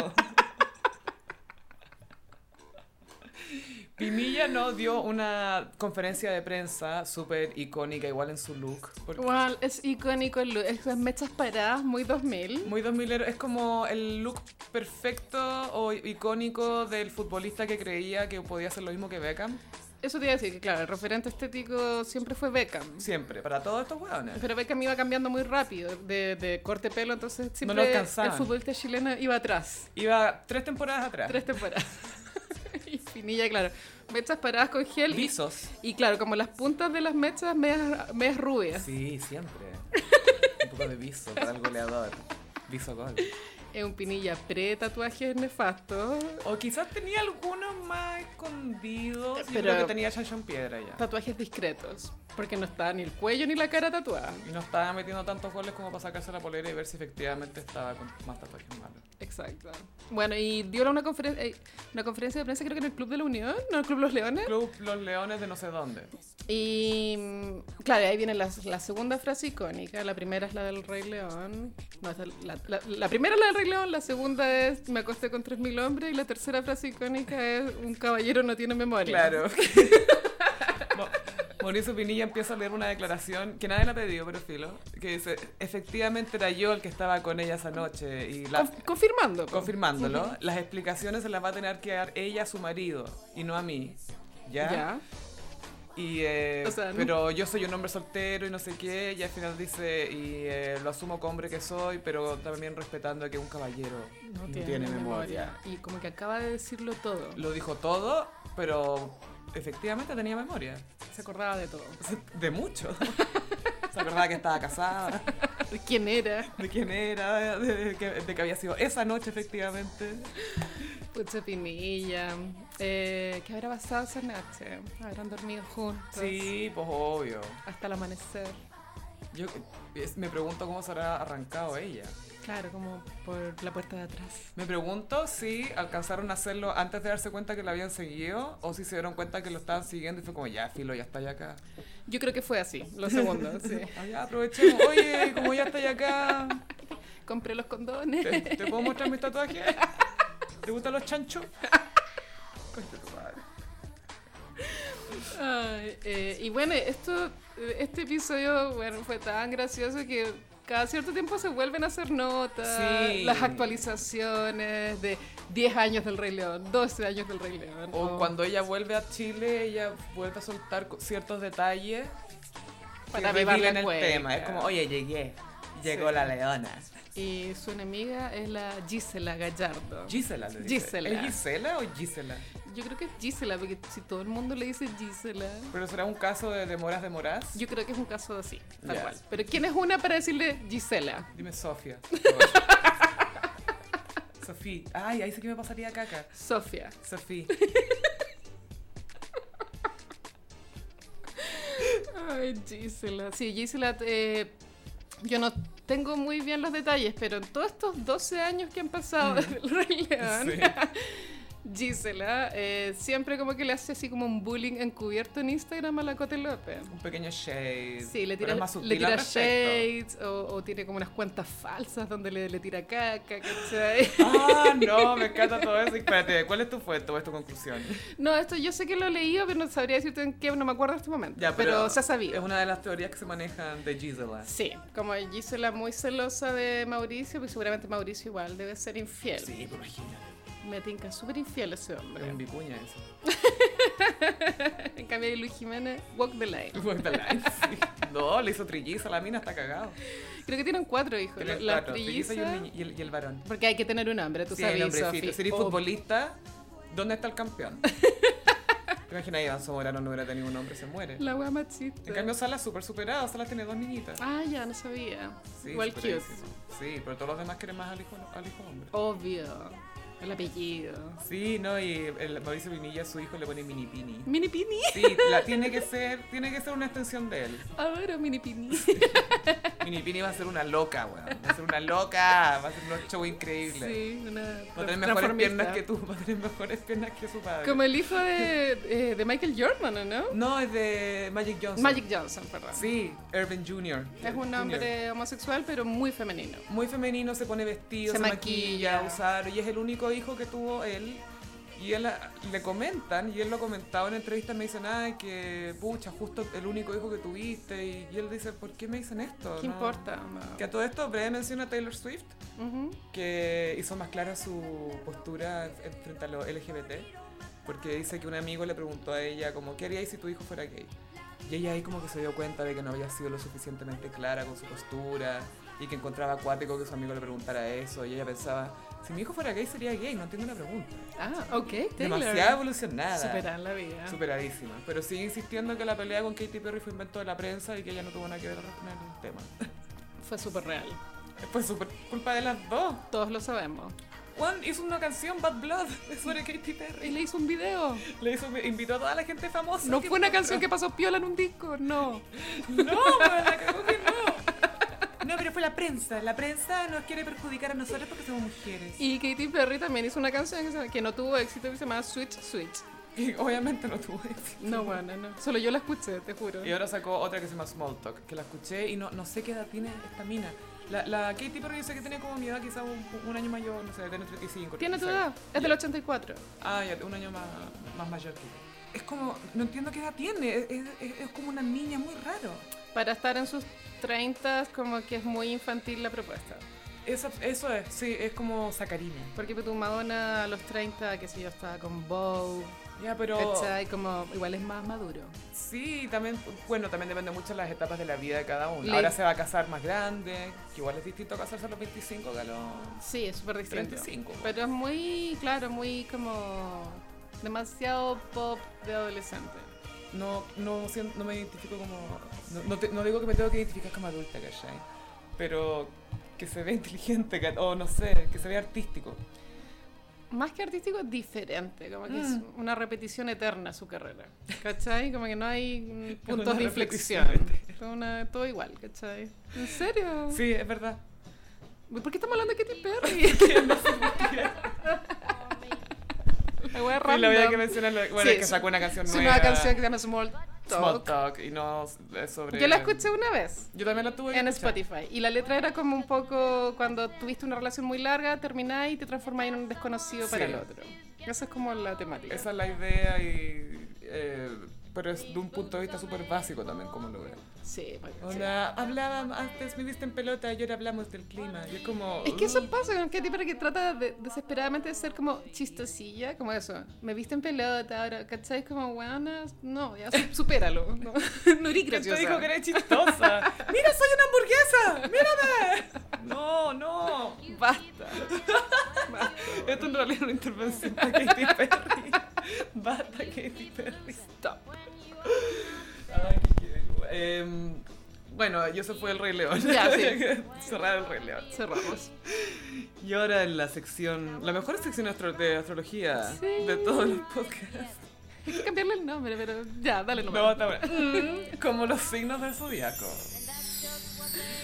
Pinilla no dio una conferencia de prensa súper icónica, igual en su look. porque- Igual, es icónico el look, es las mechas paradas, muy 2000. Muy 2000 es como el look perfecto o icónico del futbolista que creía que podía hacer lo mismo que Beckham. Eso te iba a decir, que claro, el referente estético siempre fue Beckham. Siempre, para todos estos hueones. Pero Beckham iba cambiando muy rápido de, de corte pelo, entonces siempre alcanzaban. el futbolista chileno iba atrás. Iba tres temporadas atrás. Tres temporadas. y Pinilla, claro. Mechas paradas con gel. Y, lisos. y claro, como las puntas de las mechas, medias, medias rubias. Sí, siempre. Un poco de viso para el goleador. Viso gol. Es un Pinilla pre-tatuajes nefastos. O quizás tenía algunos más escondidos. Yo Pero- creo que tenía Chanchón Piedra ya. Tatuajes discretos. Porque no estaba ni el cuello ni la cara tatuada. Y no estaba metiendo tantos goles como para sacarse la polera y ver si efectivamente estaba con más tatuajes malos. Exacto. Bueno, y dio una conferencia, una conferencia de prensa creo que en el Club de la Unión, no el Club Los Leones. Club Los Leones de no sé dónde. Y mm, claro, ahí viene la, la segunda frase icónica. La primera es la del Rey León. No, esa- la, la- la primera es la del Rey León, la segunda es me acosté con 3.000 hombres y la tercera frase icónica es un caballero no tiene memoria. Claro. Mo- Mauricio Pinilla empieza a leer una declaración que nadie la ha pedido, pero filo, que dice, efectivamente era yo el que estaba con ella esa noche y la, Conf- confirmando. po. confirmándolo, las explicaciones se las va a tener que dar ella a su marido y no a mí. ¿Ya? Ya. Y, eh, O sea, no. Pero yo soy un hombre soltero y no sé qué, y al final dice, y eh, lo asumo como hombre que soy, pero también respetando que un caballero no, tiene, memoria. Y como que acaba de decirlo todo. Lo dijo todo, pero efectivamente tenía memoria. Se acordaba de todo. De mucho. Se acordaba que estaba casada, ¿De quién era? de quién era, de, de que, de que había sido esa noche efectivamente. Pucha Pinilla. Eh, ¿Qué habrá pasado esa noche? Habrán dormido juntos. Sí, pues obvio. Hasta el amanecer. Yo es- me pregunto cómo se habrá arrancado ella. Claro, como por la puerta de atrás. Me pregunto si alcanzaron a hacerlo antes de darse cuenta que la habían seguido o si se dieron cuenta que lo estaban siguiendo y fue como, ya, filo, ya está ya acá. Yo creo que fue así, lo segundo, sí. Ah, ya, aprovechemos. Oye, como ya está ya acá, Compré los ¿te, condones. te puedo mostrar mis tatuajes? ¿Te gustan los chanchos? Concha tu madre. Ay, eh, y bueno, esto, eh, este episodio bueno, fue tan gracioso que cada cierto tiempo se vuelven a hacer notas, Sí. las actualizaciones de 10 años del Rey León, 12 años del Rey León. O cuando ella vuelve a Chile, ella vuelve a soltar co- ciertos detalles Para que avivar la reviven el cuenta. tema. Es como, oye, llegué. Llegó la leona. Y su enemiga es la Gisela Gallardo. Gisela le dice. Gisela. ¿Es Gisela o Gisela? Yo creo que es Gisela, porque si todo el mundo le dice Gisela, Pero será un caso de demoras de Moraz. yo creo que es un caso así, tal Ya. cual. Pero ¿quién es una para decirle Gisela? Dime Sofía. Sofía. Ay, ahí sí que me pasaría caca. Sofía. Sofía. Ay, Gisela. Sí, Gisela, eh, yo no tengo muy bien los detalles, pero en todos estos 12 años que han pasado Mm. desde el Rey León, Gisela eh, siempre como que le hace así como un bullying encubierto en Instagram a la Cote López. Un pequeño shade. Sí, le Pero tira, es más sutil le tira al respecto. shades o, o tiene como unas cuentas falsas donde le, le tira caca, ¿cachai? Ah, no, me encanta todo eso. Espérate, ¿cuál es tu fuente? ¿O es tu conclusión? No, esto yo sé que lo he leído, pero no sabría decirte en qué, no me acuerdo en este momento. Ya, pero, se ha sabido. Es una de las teorías que se manejan de Gisela. Sí, como Gisela muy celosa de Mauricio, porque seguramente Mauricio igual debe ser infiel. Sí, pero imagínate. Me tinca súper infiel ese Es un hombre. vicuña eso. En cambio, Luis Jiménez, Walk the Line. Walk the line, sí. No, le hizo trilliza, la mina está cagado. Creo que tienen cuatro hijos. Tiene la cuatro, trilliza, y, un niño- y el, y el varón. Porque hay que tener un hombre, tú Sí, el sabes, hombrecito. Sofi. Si eres Oh, futbolista, ¿dónde está el campeón? ¿Te imaginas Iván Zamorano no hubiera tenido un hombre, se muere. La wea machista. En cambio, Sala es súper superada, Sala tiene dos niñitas. Ah, ya, no sabía. Sí, igual cute. superadísimo. Sí, pero todos los demás quieren más al hijo, al hijo hombre. Obvio. El apellido. Sí, no, y el Mauricio Pinilla, su hijo, le pone mini pini. Mini Pini. Sí, la, tiene, que ser, tiene que ser una extensión de él. Ahora Mini Pini. Mini Pini va a ser una loca, weón. Va a ser una loca. Va a ser un show increíble. Sí, una Va a tener tra- mejores transformista. piernas que tú. Va a tener mejores piernas que su padre. Como el hijo de, eh, de Michael Jordan, ¿o ¿no? No, es de Magic Johnson. Magic Johnson, perdón. Sí, Irving Jr. Es un Jr. hombre homosexual, pero muy femenino. muy femenino, se pone vestido, Se se, maquilla, maquilla. usa aro, y es el único hijo que tuvo él. Y él ah, le comentan, y él lo comentaba en entrevistas, me dicen, ay, que pucha, justo el único hijo que tuviste. Y, y él dice, ¿por qué me dicen esto? ¿Qué No. importa? ma? Que a todo esto, Breve menciona a Taylor Swift, Ujú. que hizo más clara su postura en- frente a lo LGBT, porque dice que un amigo le preguntó a ella, como, ¿qué haríais si tu hijo fuera gay? Y ella ahí como que se dio cuenta de que no había sido lo suficientemente clara con su postura y que encontraba acuático que su amigo le preguntara eso y ella pensaba, si mi hijo fuera gay sería gay, no entiendo la pregunta. Ah, ok, Demasiado Taylor. evolucionada. Superar la vida. Superadísima. Pero sigue insistiendo que la pelea con Katy Perry fue invento de la prensa y que ella no tuvo nada que ver con el tema. Fue súper real. Fue súper culpa de las dos. Todos lo sabemos. Juan hizo una canción, Bad Blood, sobre Katy Perry. Y le hizo un video. Le hizo, invitó a toda la gente famosa. No que fue una encontró. canción que pasó piola en un disco, no. No, weón, la cagó que no. No, pero fue la prensa. La prensa nos quiere perjudicar a nosotros porque somos mujeres. Y Katy Perry también hizo una canción que, se- que no tuvo éxito que se llamaba Switch Switch. Y obviamente no tuvo éxito. No, bueno, no. Solo yo la escuché, te juro. Y ahora sacó otra que se llama Small Talk, que la escuché y no, no sé qué edad tiene esta mina. La, la Katy Perry yo sé que tiene como mi edad, quizá un, un año mayor, no sé, tiene 35. Tiene tu 36. edad, es del 84. Ah, ya, un año más, más mayor que yo. Es como, no entiendo qué edad tiene, es, es- es- es como una niña muy raro. Para estar en sus 30 como que es muy infantil la propuesta. Eso, eso es, sí, es como sacarina. Porque tu Madonna a los 30, qué sé yo, estaba con Bow, Ya, pero... ¿cachai? Como igual es más maduro. Sí, también, bueno, también depende mucho de las etapas de la vida de cada uno. Le- Ahora se va a casar más grande, que igual es distinto casarse a los 25 que a los Sí, es súper distinto. 35. po. Pero es muy, claro, muy como demasiado pop de adolescente. No, no, sien- no me identifico como... No, no te- no digo que me tengo que identificar como adulta, ¿cachai? Pero que se vea inteligente, ca- o no sé, que se vea artístico. Más que artístico, es diferente, como que es Mm. una repetición eterna su carrera, ¿cachai? Como que no hay mm, puntos una de repetición inflexión, todo, una- todo igual, ¿cachai? ¿En serio? Sí, es verdad. ¿Por qué estamos hablando de Katy Perry? La wea Y la random. verdad que mencionar, lo- bueno, Sí, es que su- sacó una canción Es nueva. una canción que se llama Small Talk. Small Talk, y no es sobre... Yo la escuché una vez Yo también la tuve que en escuchar. Spotify y la letra era como un poco cuando tuviste una relación muy larga, termináis y te transformáis en un desconocido para Sí. el otro. Esa es como la temática. Esa es la idea y... eh, pero es de un punto de vista súper básico también, como lo veo. Sí, para que- Hola, hablábamos antes, me viste en pelota y ahora hablamos del clima. Y es como... "Mm, Es que eso pasa con Katy Perry que trata de- desesperadamente de ser como chistosilla, como eso. Me viste en pelota ahora, ¿cachai? Como, buenas, no, ya su- supéralo. No, no eres ¿Quién te graciosa. dijo que eres chistosa? ¡Mira, soy una hamburguesa! ¡Mírame! No, no. Basta. Basta. Esto en realidad es una intervención para Katy Perry. Basta, Katy Perry. Stop. Ay, qué quiero. Em, bueno, y eso fue el Rey León. Ya, sí. Cerrar el Rey León. Cerramos. Y ahora en la sección, la mejor sección astro- de astrología Sí. de todos los podcasts. Hay que cambiarle el nombre, pero ya, dale nomás. No, está bueno. Mm, Como los signos del zodiaco.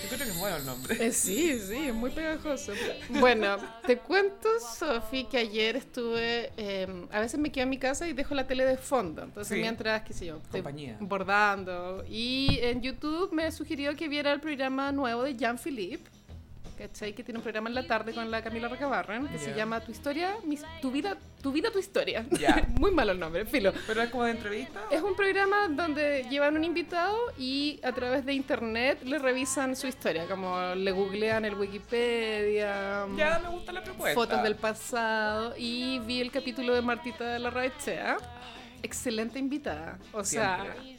Yo creo que es bueno el nombre. Eh, sí, sí, es muy pegajoso. Bueno, te cuento, Sofi, que ayer estuve. eh, a veces me quedo en mi casa y dejo la tele de fondo. Entonces, Sí. mientras, qué sé yo, estoy Compañía. bordando. Y en YouTube me sugirió que viera el programa nuevo de Jean-Philippe. ¿Cachai? Que tiene un programa en la tarde con la Camila Recabarren que se Ya. llama Tu historia, mis- tu vida, tu vida, tu historia. Ya. Muy malo el nombre, filo. ¿Pero es como de entrevista? Es un programa donde llevan un invitado y a través de internet le revisan su historia, como le googlean el Wikipedia, mm, Ya me gusta la propuesta. fotos del pasado y vi el capítulo de Martita de la Raechea. Excelente invitada, o sea, Siempre.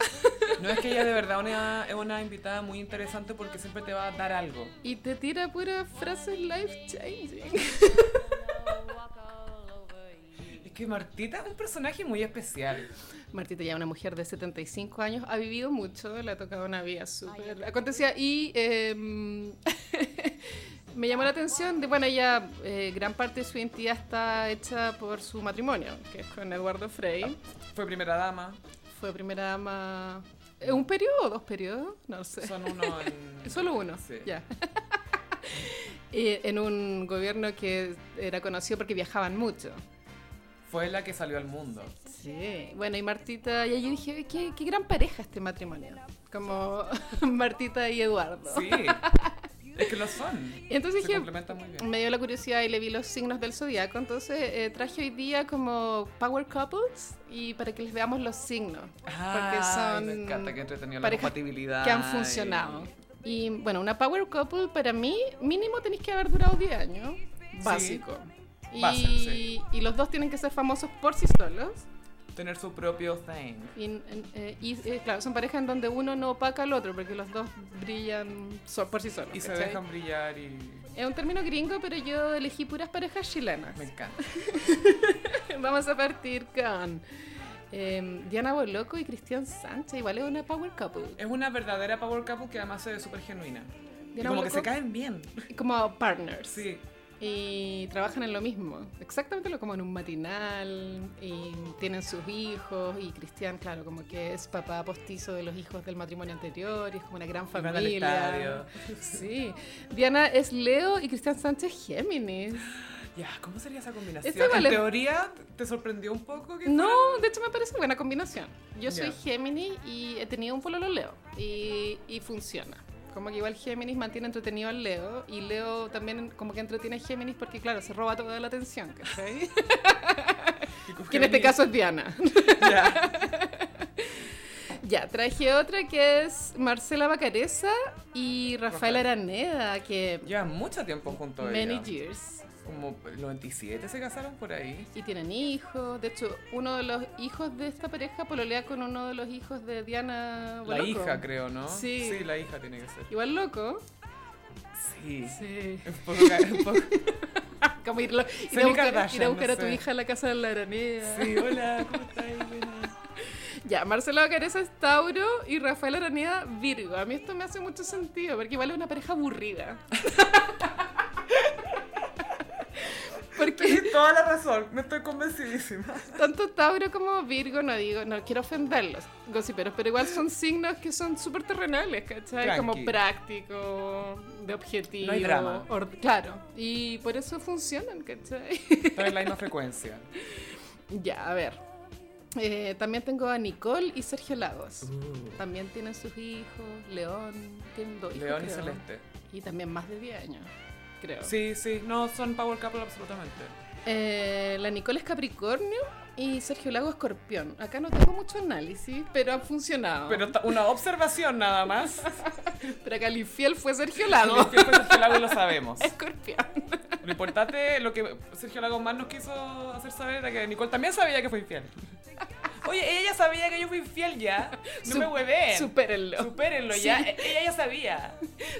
No es que ella de verdad una- es una invitada muy interesante porque siempre te va a dar algo. y te tira puras frases life changing. Es que Martita es un personaje muy especial. Martita ya una mujer de 75 años, ha vivido mucho, le ha tocado una vida súper acontecida y eh, me llamó la atención de, bueno, ella, eh, gran parte de su identidad está hecha por su matrimonio, que es con Eduardo Frey, Fue primera dama. fue primera dama ¿Eh, ¿Un periodo o dos periodos? No lo sé. Son uno en... Solo uno. Sí. Ya. Y en un gobierno que era conocido porque viajaban mucho. Fue la que salió al mundo. Sí. Bueno, y Martita, y ahí yo dije, qué, qué gran pareja este matrimonio. Como Martita y Eduardo. Sí. Es que lo son. Y entonces Se dije, complementan muy bien. Me dio la curiosidad y le vi los signos del zodiaco, entonces eh, traje hoy día como Power Couples y para que les veamos los signos porque Ay, son me encanta que entretenido la parejas compatibilidad. que han y- funcionado. Y bueno, una Power Couple para mí, mínimo tenéis que haber durado 10 años, básico. Y, Básico, sí. y los dos tienen que ser famosos por sí solos. Tener su propio thing. Y, eh, y, eh, claro, son parejas en donde uno no opaca al otro porque los dos brillan so- por sí solos. Y se ¿cachai? dejan brillar y. Es un término gringo, pero yo elegí puras parejas chilenas. Me encanta. Vamos a partir con eh, Diana Boloco y Cristian Sánchez. Igual es una power couple. Es una verdadera power couple que además se ve súper genuina. Y Diana como que Boloco, se caen bien. Como partners. Sí. Y trabajan en lo mismo. Exactamente lo como en un matinal. Y tienen sus hijos. Y Cristian, claro, como que es papá postizo de los hijos del matrimonio anterior. Y es como una gran Y van al familia. Sí. Diana es Leo y Cristian Sánchez Géminis. Ya, ¿cómo sería esa combinación? Este vale- En teoría, ¿te sorprendió un poco? Que No, de hecho me parece buena combinación. Yo soy Ya. Géminis y he tenido un pololo Leo y, y funciona. Como que igual Géminis mantiene entretenido al Leo y Leo también como que entretiene a Géminis porque claro, se roba toda la atención, ¿cachai? fuera- que en este caso es Diana. Ya. ya, traje otra que es Marcela Bacareza y Rafael Rafael. Araneda, que Llevan mucho tiempo juntos. many ellos. years. Como el 97 se casaron por ahí. Y tienen hijos. De hecho, uno de los hijos de esta pareja pololea con uno de los hijos de Diana La Boloco. hija, creo, ¿no? Sí. la hija tiene que ser. Igual loco. Sí. Sí. Un poco, ca- un poco- Como irlo- ir, Soy mi a buscar, Kardashian, ir a buscar no a tu sé. hija a la casa de la araneda. Sí, hola, ¿cómo estás, Elena? Ya, Marcela Bacareza es Tauro y Rafael Araneda Virgo. A mí esto me hace mucho sentido, porque igual es una pareja aburrida. porque Tienes toda la razón, me estoy convencidísima. tanto Tauro como Virgo, no digo, no quiero ofenderlos, gossiperos, pero igual son signos que son súper terrenales, ¿cachai? Como Tranqui. práctico, de objetivo. No hay drama. or- claro, y por eso funcionan, ¿cachai? Están en la misma frecuencia. Ya, a ver. Eh, también tengo a Nicole y Sergio Lagos. También tienen sus hijos, León, tienen dos hijos, León y creo. Celeste. Y también más de 10 años, creo. Sí, sí, no, son power couple absolutamente. Eh, la Nicole es Capricornio y Sergio Lagos Escorpión. Acá no tengo mucho análisis, pero han funcionado. Pero ta- una observación nada más. Pero acá el infiel fue Sergio Los Lagos. tiempos de Sergio Lago y lo sabemos. Escorpión. Lo importante, lo que Sergio Lago más nos quiso hacer saber era que Nicole también sabía que fue infiel. Oye, ella sabía que yo fui infiel ya. No Su- me hueven. Supérenlo. Supérenlo Sí. ya. E- Ella ya sabía.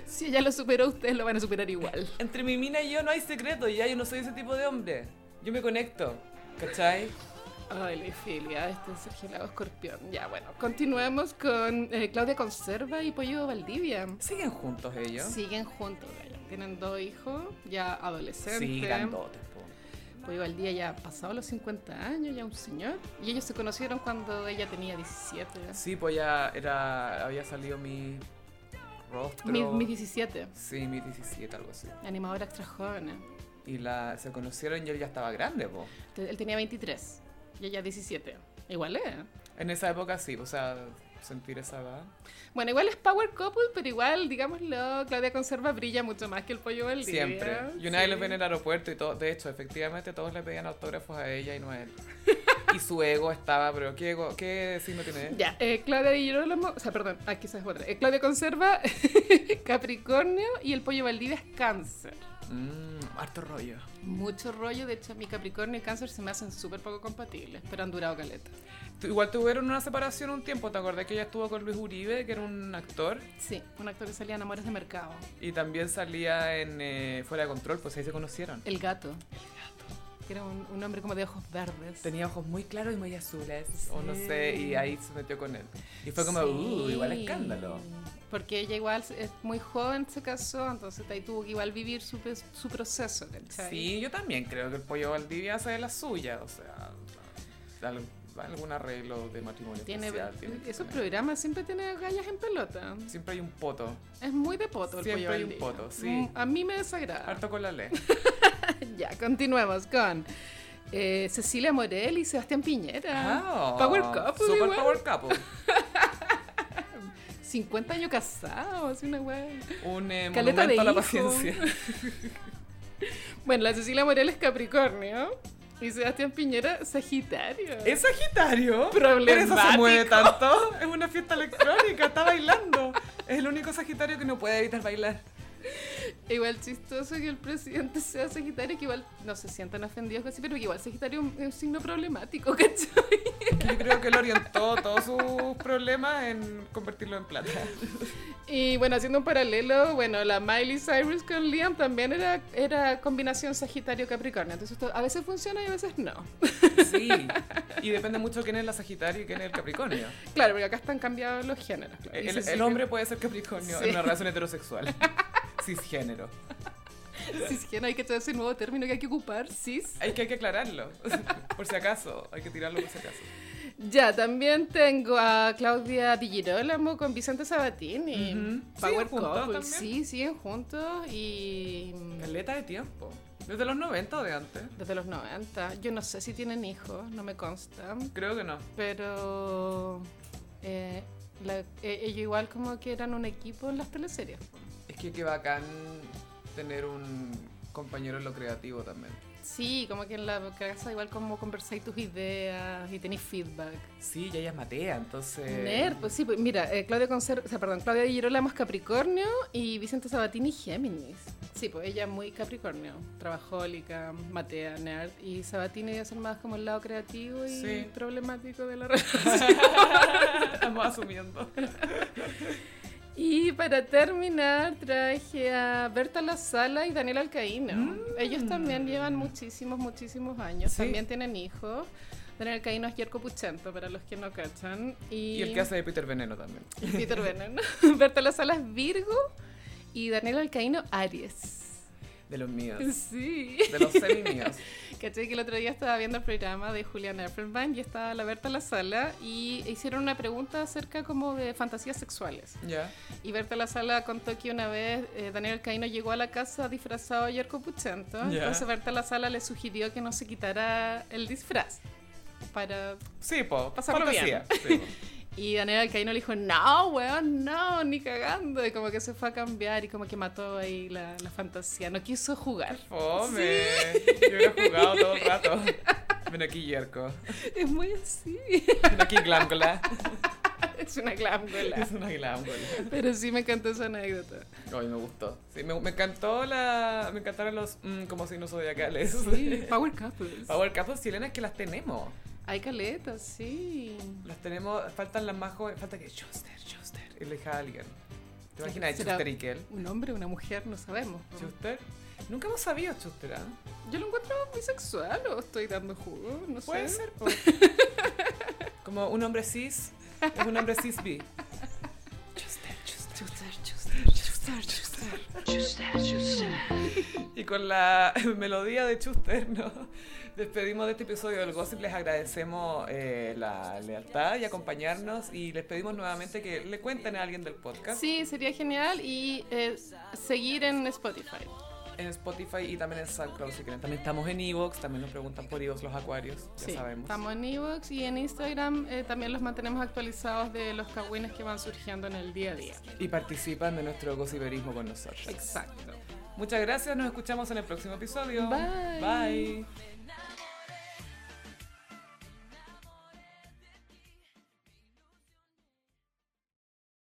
Si ella lo superó, ustedes lo van a superar igual. Entre mi mina y yo no hay secreto, ya yo no soy ese tipo de hombre. Yo me conecto, ¿cachai? Ay, la infidelidad este Sergio Lago Escorpión. Ya, bueno, continuemos con eh, Claudia Conserva y Pollo Valdivia. ¿Siguen juntos ellos? Siguen juntos, gallo. Tienen dos hijos, ya Sí, adolescentes. grandotes, po. Pollo Valdivia ya ha pasado los 50 años, ya un señor. Y ellos se conocieron cuando ella tenía 17. Sí, pues ya era, había salido mi rostro. Mis, mis 17. Sí, mis 17, algo así. Animadora extra joven. Y la, se conocieron y él ya estaba grande, po. Él tenía 23 y ella 17. Igual ¿eh? es. En esa época sí, o sea, sentir esa edad. Bueno, igual es Power Couple, pero igual, digámoslo, Claudia Conserva brilla mucho más que el Pollo Valdivia. Siempre. Y una vez Sí. los vi en el aeropuerto y todo. De hecho, efectivamente, todos le pedían autógrafos a ella y no a él. y su ego estaba, pero ¿qué, ego, qué signo tiene él? Ya, eh, Claudia Di Girolamo, o sea, perdón, aquí esa es otra. Eh, Claudia Conserva, Capricornio y el pollo Valdivia es cáncer. Mm, harto rollo. Mucho rollo, de hecho, mi Capricornio y cáncer se me hacen súper poco compatibles, pero han durado caleta. Tu- Igual tuvieron una separación un tiempo, ¿te acordás que ella estuvo con Luis Uribe, que era un actor? Sí, un actor que salía en Amores de Mercado. Y también salía en eh, Fuera de Control, pues ahí se conocieron. El gato. El gato. Que era un, un hombre como de ojos verdes. Tenía ojos muy claros y muy azules, o no sé, Sí. y ahí se metió con él. Y fue como, Sí. uh, igual escándalo. Porque ella igual es muy joven, se casó, entonces ahí tuvo que igual vivir su, pe- su proceso, ¿cachai? Sí, yo también creo que el pollo Valdivia hace de la suya, o sea, al- algún arreglo de matrimonio Tiene, especial. tiene que esos tener. programas siempre tienen gallas en pelota. Siempre hay un poto. Es muy de poto el Siempre pollo hay al un día. poto, sí. Mm, A mí me desagrada. Harto con la ley. Ya, continuemos con eh, Cecilia Morel y Sebastián Piñera. Ah, Power couple Super igual. power couple. 50 años casados, así una weá. Un eh, Caleta de monumento a la hijos. paciencia. Bueno, la Cecilia Morel es Capricornio y Sebastián Piñera Sagitario. ¿Es Sagitario? Problemático. Por eso se mueve tanto. Es una fiesta electrónica, está bailando. Es el único Sagitario que no puede evitar bailar. Igual chistoso que el presidente sea Sagitario, que igual no se sientan ofendidos con así, pero que igual Sagitario es un- es un signo problemático, ¿cachai? Yo creo que él orientó todos sus problemas en convertirlo en plata. Y bueno, haciendo un paralelo, bueno, la Miley Cyrus con Liam también era, era combinación Sagitario-Capricornio. Entonces esto a veces funciona y a veces no. Sí. Y depende mucho quién es la Sagitario y quién es el Capricornio. Claro, porque acá están cambiados los géneros. claro. Y El, Cecilia- el hombre puede ser Capricornio Sí. en una relación heterosexual. Cisgénero. Cisgénero, hay que todo ese nuevo término que hay que ocupar, cis. Hay que, hay que aclararlo. Por si acaso. Hay que tirarlo por si acaso. Ya, también tengo a Claudia Di Girolamo con Vicente Sabatini. Ujú. Power Siguen juntos couple. también. Sí, siguen juntos y... Caleta de tiempo. Desde los 90 o de antes. Desde los 90. Yo no sé si tienen hijos, no me consta. Creo que no. Pero... eh, la- eh, ellos igual como que eran un equipo en las teleseries. Es que qué bacán tener un compañero en lo creativo también. Sí, como que en la casa igual como conversáis tus ideas y tenéis feedback. Sí, ya ella es Matea, entonces... Nerd, pues sí, pues mira, eh, Claudia Concer o sea, perdón, Claudia Di Girolamo es Capricornio y Vicente Sabatini Géminis. Sí, pues ella muy Capricornio, trabajólica, matea, nerd y Sabatini debe ser más como el lado creativo y Sí. problemático de la relación. Estamos asumiendo. Y para terminar traje a Berta La Sala y Daniel Alcaíno. Ellos también llevan muchísimos, muchísimos años, Mm. Sí. también tienen hijos. Daniel Alcaíno es Yerko Puchento, para los que no cachan. Y, Y el que hace de Peter Veneno también. Y Peter Veneno. Berta Las Salas Virgo y Daniel Alcaíno Aries. De los míos. Sí. De los semi-míos. Caché que el otro día estaba viendo el programa de Julian Erfelman y estaba la Berta La Sala y hicieron una pregunta acerca como de fantasías sexuales. Ya. Y Berta La Sala contó que una vez eh, Daniel Alcaíno llegó a la casa disfrazado de Yerko Puchento. Ya. Entonces Berta La Sala le sugirió que no se quitara el disfraz. Para... Sí, po. Pasarlo fantasía. Sí, po. Y Daniel Alcaíno le dijo, no, weón, no, ni cagando. Y como que se fue a cambiar y como que mató ahí la, la fantasía. No quiso jugar. Fome. Yo hubiera jugado todo el rato. Ven aquí, Yerko. Es muy así. Ven aquí, Glamgola. Es una glámbola. Es una Glamgola. Pero sí me encantó esa anécdota. Ay, me gustó. Sí, me, me encantó la... Me encantaron los... mm, como signos zodiacales. Power Couples. Power Couples chilenas que las tenemos. Hay caletas, sí. Las tenemos, faltan las más jóvenes, falta que Schuster, Schuster, elija a alguien. ¿Te imaginas Será- Schuster y Kel? Un hombre, una mujer, no sabemos. ¿Schuster? Nunca hemos sabido Schuster, ¿ah? Yo lo encuentro bisexual o estoy dando jugo, no Puede sé. ser, po. Como un hombre cis, es un hombre cis bi. Schuster, Schuster. Chuster, chuster, chuster, chuster. Y con la melodía de Schuster, ¿no? Despedimos de este episodio del Gossip, les agradecemos eh, la lealtad y acompañarnos y les pedimos nuevamente que le cuenten a alguien del podcast Sí, sería genial y eh, seguir en Spotify. en Spotify y también en SoundCloud si quieren. También estamos en Evox, también nos preguntan por Evox los acuarios, ya Sí, sabemos. Estamos en Evox y en Instagram eh, también los mantenemos actualizados de los cagüines que van surgiendo en el día a día. Y participan de nuestro gossiperismo con nosotros. Exacto. Muchas gracias, nos escuchamos en el próximo episodio. Bye. Bye.